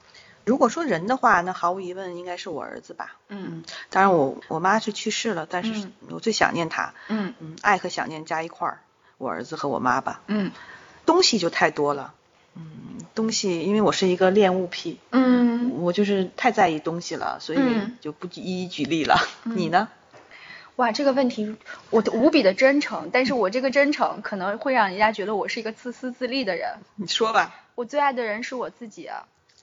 S3: 如果说人的话，那毫无疑问应该是我儿子吧。
S1: 嗯
S3: 当然我我妈是去世了，但是
S1: 嗯
S3: 我最想念他。
S1: 嗯
S3: 嗯，爱和想念加一块儿，我儿子和我妈吧。
S1: 嗯
S3: 东西就太多了，嗯，东西，因为我是一个恋物癖，
S1: 嗯，
S3: 我就是太在意东西了，所以
S1: 嗯
S3: 就不一一举例了。你呢？
S1: 哇，这个问题我无比的真诚，但是我这个真诚可能会让人家觉得我是一个自私自利的人。
S3: 你说吧。
S1: 我最爱的人是我自己，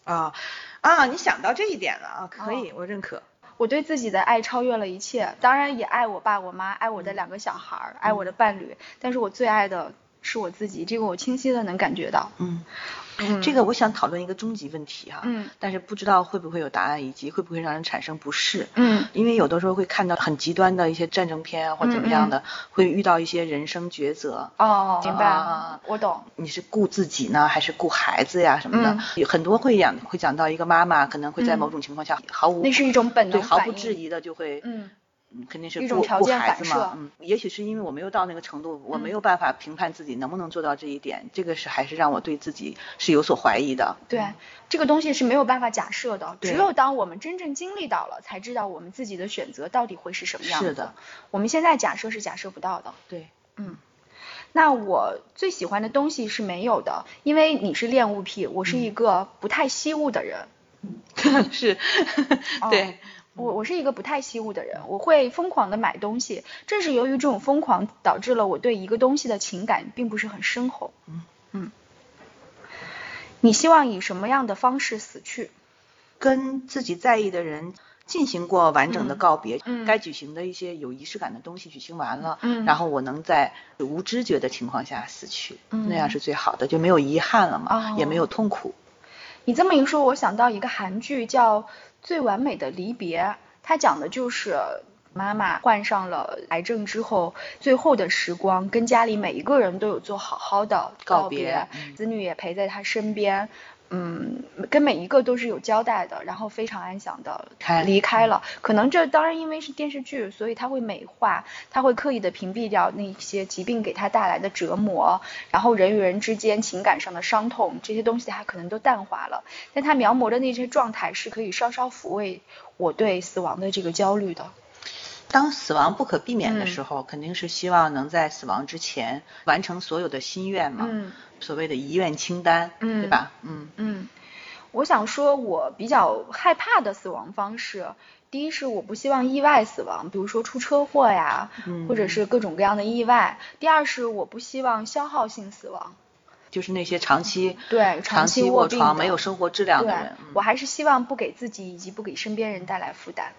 S3: 啊啊，你想到这一点了啊，可
S1: 哦
S3: 以，我认可。
S1: 我对自己的爱超越了一切，当然也爱我爸、我妈，爱我的两个小孩儿，爱我的伴侣，但是我最爱的是我自己，这个我清晰的能感觉到。
S3: 嗯，
S1: 嗯，
S3: 这个我想讨论一个终极问题哈、
S1: 嗯
S3: 但是不知道会不会有答案，以及会不会让人产生不适。
S1: 嗯
S3: 因为有的时候会看到很极端的一些战争片啊，或怎么样
S1: 嗯
S3: 的，会遇到一些人生抉择。
S1: 哦，明白，
S3: 啊
S1: 我懂。
S3: 你是顾自己呢，还是顾孩子呀什么的
S1: 嗯？
S3: 有很多会讲会讲到一个妈妈可能会在
S1: 嗯
S3: 某种情况下毫无
S1: 那是一种本能
S3: 对毫
S1: 反
S3: 不
S1: 应
S3: 质疑的就会
S1: 嗯
S3: 嗯肯定是
S1: 一种
S3: 顾
S1: 条
S3: 顾
S1: 件
S3: 孩
S1: 反
S3: 子
S1: 射
S3: 嘛，嗯，也许是因为我没有到那个程度，我没
S1: 嗯
S3: 有办法评判自己能不能做到这一点，这个是还是让我对自己是有所怀疑的。
S1: 对，这个东西是没有办法假设的，只
S3: 嗯对
S1: 有当我们真正经历到了，才知道我们自己的选择到底会是什么样子。
S3: 是的，
S1: 我们现在假设是假设不到的。
S3: 对，
S1: 嗯，那我最喜欢的东西是没有的，因为你是恋物癖，我
S3: 嗯
S1: 是一个不太惜物的人。
S3: 是，
S1: 哦
S3: 对，
S1: 我我是一个不太惜物的人，我会疯狂的买东西。正是由于这种疯狂，导致了我对一个东西的情感并不是很深厚。
S3: 嗯
S1: 嗯，你希望以什么样的方式死去？
S3: 跟自己在意的人进行过完整的
S1: 嗯
S3: 告别，
S1: 嗯
S3: 该举行的一些有仪式感的东西举行完了，
S1: 嗯
S3: 然后我能在无知觉的情况下死去，
S1: 嗯
S3: 那样是最好的，就没有遗憾了嘛，
S1: 哦
S3: 也没有痛苦。
S1: 你这么一说，我想到一个韩剧叫《最完美的离别》，它讲的就是妈妈患上了癌症之后，最后的时光跟家里每一个人都有做好好的
S3: 告
S1: 告
S3: 别嗯
S1: 子女也陪在她身边。嗯，跟每一个都是有交代的，然后非常安详的
S3: 开
S1: 离开了。嗯可能这当然因为是电视剧，所以它会美化，它会刻意的屏蔽掉那些疾病给他带来的折磨，然后人与人之间情感上的伤痛这些东西，它可能都淡化了。但它描摹的那些状态是可以稍稍抚慰我对死亡的这个焦虑的。
S3: 当死亡不可避免的时
S1: 嗯
S3: 候，肯定是希望能在死亡之前完成所有的心愿嘛，
S1: 嗯
S3: 所谓的遗愿清单，
S1: 嗯
S3: 对吧？嗯
S1: 嗯，我想说，我比较害怕的死亡方式，第一是我不希望意外死亡，比如说出车祸呀，
S3: 嗯
S1: 或者是各种各样的意外；第二是我不希望消耗性死亡。
S3: 就是那些长
S1: 嗯
S3: 期
S1: 对
S3: 长
S1: 长期
S3: 期
S1: 卧
S3: 卧
S1: 病
S3: 床
S1: 的
S3: 没有生活质量的
S1: 对
S3: 人，嗯，
S1: 我还是希望不给自己以及不给身边人带来负担。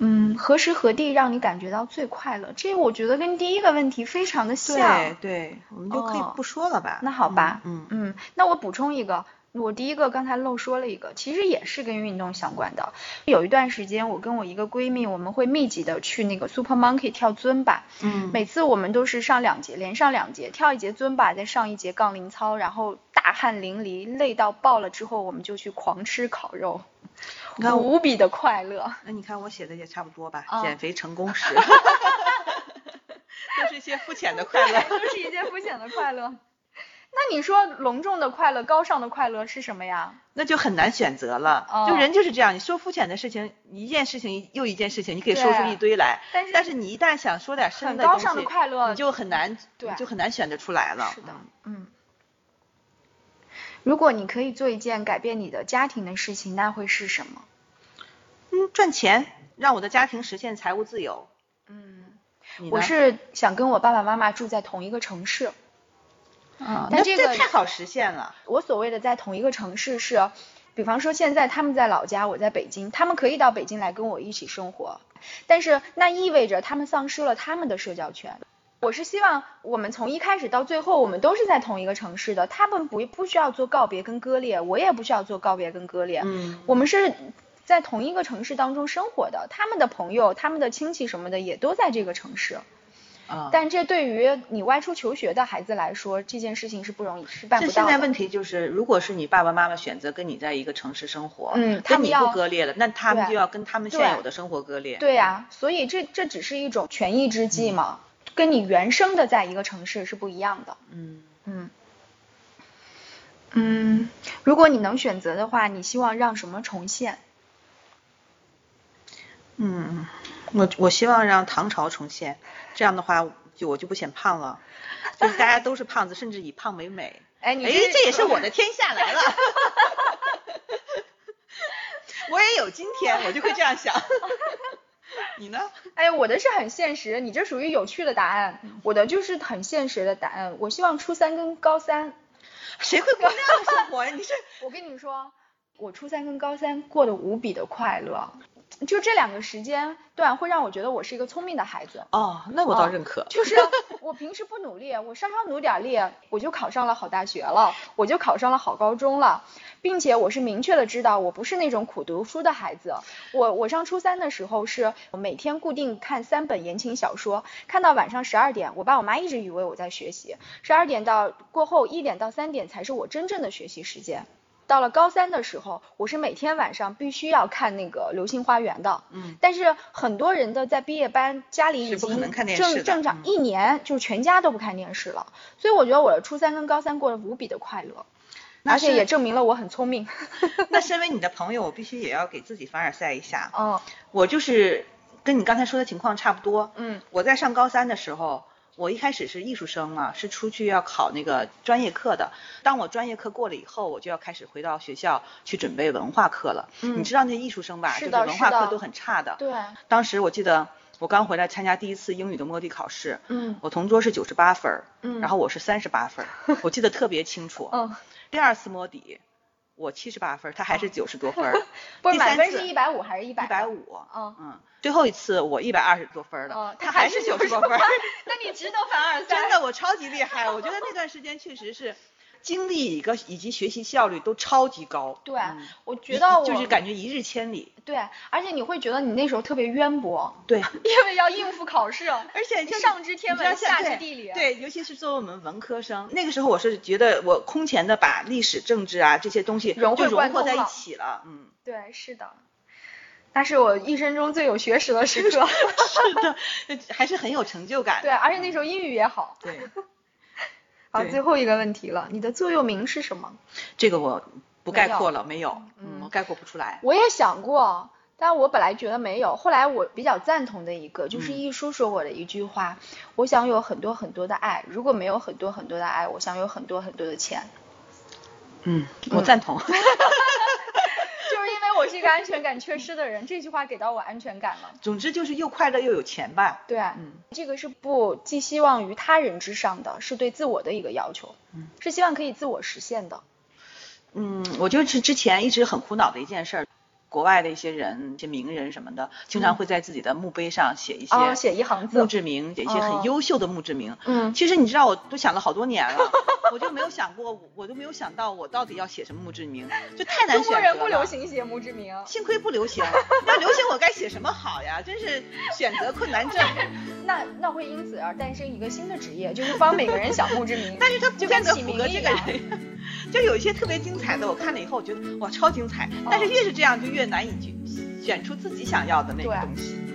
S1: 嗯，何时何地让你感觉到最快乐？这我觉得跟第一个问题非常的
S3: 对
S1: 像。
S3: 对，我们就可以
S1: 哦
S3: 不说了吧？
S1: 那好吧，
S3: 嗯嗯
S1: 嗯，那我补充一个，我第一个刚才漏说了一个，其实也是跟运动相关的。有一段时间，我跟我一个闺蜜，我们会密集的去那个 Super Monkey 跳尊巴，
S3: 嗯
S1: 每次我们都是上两节，连上两节，跳一节尊巴，再上一节杠铃操，然后大汗淋漓，累到爆了之后，我们就去狂吃烤肉，
S3: 你看我
S1: 无比的快乐。
S3: 那你看我写的也差不多吧，
S1: 啊
S3: 减肥成功 史，都是一些肤浅的快乐。
S1: 都是一件肤浅的快乐。 那你说隆重的快乐、高尚的快乐是什么呀？
S3: 那就很难选择了。
S1: 哦
S3: 就人就是这样，你说肤浅的事情，一件事情又一件事情，你可以说出
S1: 对
S3: 一堆来。
S1: 但是
S3: 你一旦想说点深
S1: 很
S3: 的
S1: 高
S3: 东
S1: 尚的
S3: 西
S1: 快乐
S3: 你就很难，
S1: 对
S3: 你就很难选得出来了。
S1: 是的
S3: 嗯，
S1: 嗯。如果你可以做一件改变你的家庭的事情，那会是什么？
S3: 嗯，赚钱让我的家庭实现财务自由。
S1: 嗯，
S3: 你
S1: 我
S3: 呢，
S1: 是想跟我爸爸妈妈住在同一个城市。
S3: 嗯，
S1: 但
S3: 那
S1: 这个
S3: 太好实现了。嗯
S1: 我所谓的在同一个城市是，比方说现在他们在老家，我在北京，他们可以到北京来跟我一起生活，但是那意味着他们丧失了他们的社交圈。我是希望我们从一开始到最后，我们都是在同一个城市的，他们不不需要做告别跟割裂，我也不需要做告别跟割裂，
S3: 嗯
S1: 我们是在同一个城市当中生活的，他们的朋友、他们的亲戚什么的也都在这个城市，
S3: 啊，
S1: 但这对于你外出求学的孩子来说，这件事情是不容易是办
S3: 这
S1: 不
S3: 现
S1: 到
S3: 在
S1: 的。
S3: 问题就是，如果是你爸爸妈妈选择跟你在一个城市生活，
S1: 嗯他
S3: 跟
S1: 们
S3: 你
S1: 要
S3: 不割裂了，那他们
S1: 对
S3: 就要跟他们
S1: 对
S3: 现有的生活割裂。
S1: 对呀、所以这这只是一种权宜之计嘛，跟你原生的在一个城市是不一样的。
S3: 嗯，
S1: 嗯嗯，如果你能选择的话，你希望让什么重现？
S3: 嗯，我我希望让唐朝重现，这样的话就我就不显胖了，就是大家都是胖子，甚至以胖为美。
S6: 哎，你
S3: 哎，这也是
S1: 呃
S3: 我的天下来了。 我也有今天，我就会这样 想。你呢？
S1: 哎，我的是很现实，你这属于有趣的答案，我的就是很现实的答案。我希望初三跟高三，
S3: 谁会过这样的生活呀？你是
S1: 我跟你说，我初三跟高三过得无比的快乐，就这两个时间段会让我觉得我是一个聪明的孩子。
S3: 哦，那我倒认可。
S1: 就是我平时不努力，我稍稍努点力，我就考上了好大学了，我就考上了好高中了，并且我是明确的知道，我不是那种苦读书的孩子。我我上初三的时候是每天固定看三本言情小说，看到晚上十二点，我爸我妈一直以为我在学习，十二点到过后一点到三点才是我真正的学习时间。到了高三的时候，我是每天晚上必须要看那个《流星花园》的，
S3: 嗯，
S1: 但是很多人的在毕业班家里已
S3: 是不可
S1: 经
S3: 能看电视
S1: 正
S3: 的
S1: 正常
S3: 嗯
S1: 一年就全家都不看电视了，所以我觉得我的初三跟高三过得无比的快乐，
S3: 那
S1: 而且
S3: 是
S1: 也证明了我很聪 明。
S3: 那身为你的朋友，我必须也要给自己凡尔赛一下。啊
S1: 嗯
S3: 我就是跟你刚才说的情况差不多。
S1: 嗯
S3: 我在上高三的时候，我一开始是艺术生嘛，是出去要考那个专业课的。当我专业课过了以后，我就要开始回到学校去准备文化课了。
S1: 嗯
S3: 你知道那艺术生吧，
S1: 是
S3: 就是
S1: 的
S3: 文
S1: 是
S3: 化
S1: 的
S3: 课都很差的。
S1: 对，
S3: 当时我记得我刚回来参加第一次英语的摸底考试，
S1: 嗯
S3: 我同桌是九十八分儿，
S1: 嗯
S3: 然后我是三十八分儿， 我记得特别清楚。
S1: 嗯，。
S3: 第二次摸底，我七十八分儿，他还是九十多分儿
S1: 不是
S3: 第
S1: 满
S3: 三
S1: 分
S3: 次
S1: 是一百五哦还是一百？
S3: 一百。五。
S1: 嗯
S3: 嗯，最后一次我一百二十多分儿
S1: 哦
S3: 了，，
S1: 他
S3: 还
S1: 是
S3: 九
S1: 十
S3: 十多分儿。
S1: 那你值得凡尔赛。
S3: 真的，我超级厉害。我觉得那段时间确实是精力一个以及学习效率都超级高。
S1: 对
S3: 嗯
S1: 我觉得我
S3: 就是感觉一日千里。
S1: 对，而且你会觉得你那时候特别渊博，
S3: 对，
S1: 因为要应付考试。啊
S3: 而且就是
S1: 上知天
S3: 你知道
S1: 文
S3: 像
S1: 下
S3: 对
S1: 知地理啊
S3: 对，尤其是作为我们文科生，那个时候我是觉得我空前的把历史、政治啊这些东西
S1: 融会
S3: 就
S1: 贯
S3: 融合
S1: 通
S3: 在一
S1: 了
S3: 起了，嗯。
S1: 对，是的，那是我一生中最有学识的时 刻。
S3: 是的，还是很有成就感
S1: 对，
S3: 的。
S1: 而且那时候英语也好。
S3: 对，
S1: 好，
S3: 对
S1: 最后一个问题了，你的座右铭是什么？
S3: 这个我不概括了，没有，
S1: 嗯
S3: 嗯，我概括不出来。
S1: 我也想过，但我本来觉得没有，后来我比较赞同的一个就是
S3: 嗯
S1: 一叔说过的一句话：我想有很多很多的爱，如果没有很多很多的爱，我想有很多很多的钱。
S3: 嗯，我赞同。
S1: 就是因为我是一个安全感缺失的人，这句话给到我安全感了。
S3: 总之就是又快乐又有钱吧。
S1: 对，
S3: 嗯
S1: 这个是不寄希望于他人之上的，是对自我的一个要求，
S3: 嗯
S1: 是希望可以自我实现的。
S3: 嗯，我就是之前一直很苦恼的一件事儿，国外的一些人、一些名人什么的，经常会在自己的墓碑上写一些、
S1: 嗯哦，写一行字
S3: 墓。志铭，写一些
S1: 哦
S3: 很优秀的墓志铭。
S1: 嗯
S3: 其实你知道，我都想了好多年 了，我就没有想过，我都没有想到我到底要写什么墓志铭，就太难选
S1: 中国
S3: 择了。
S1: 人不流行写墓志铭，
S3: 幸亏不流行，要流行我该写什么好呀？真是选择困难 症。
S1: 那那会因此而诞生一个新的职业，就是帮每个人想墓志铭
S3: 。但是它不
S1: 就
S3: 见
S1: 跟
S3: 得
S1: 起
S3: 符
S1: 名
S3: 合
S1: 一
S3: 这个
S1: 样。
S3: 人。 就有一些特别精彩的，我看了以
S1: 嗯
S3: 后，我觉得哇超精彩，但是越是这样就越难以去选出自己想要的那个
S1: 对
S3: 东西。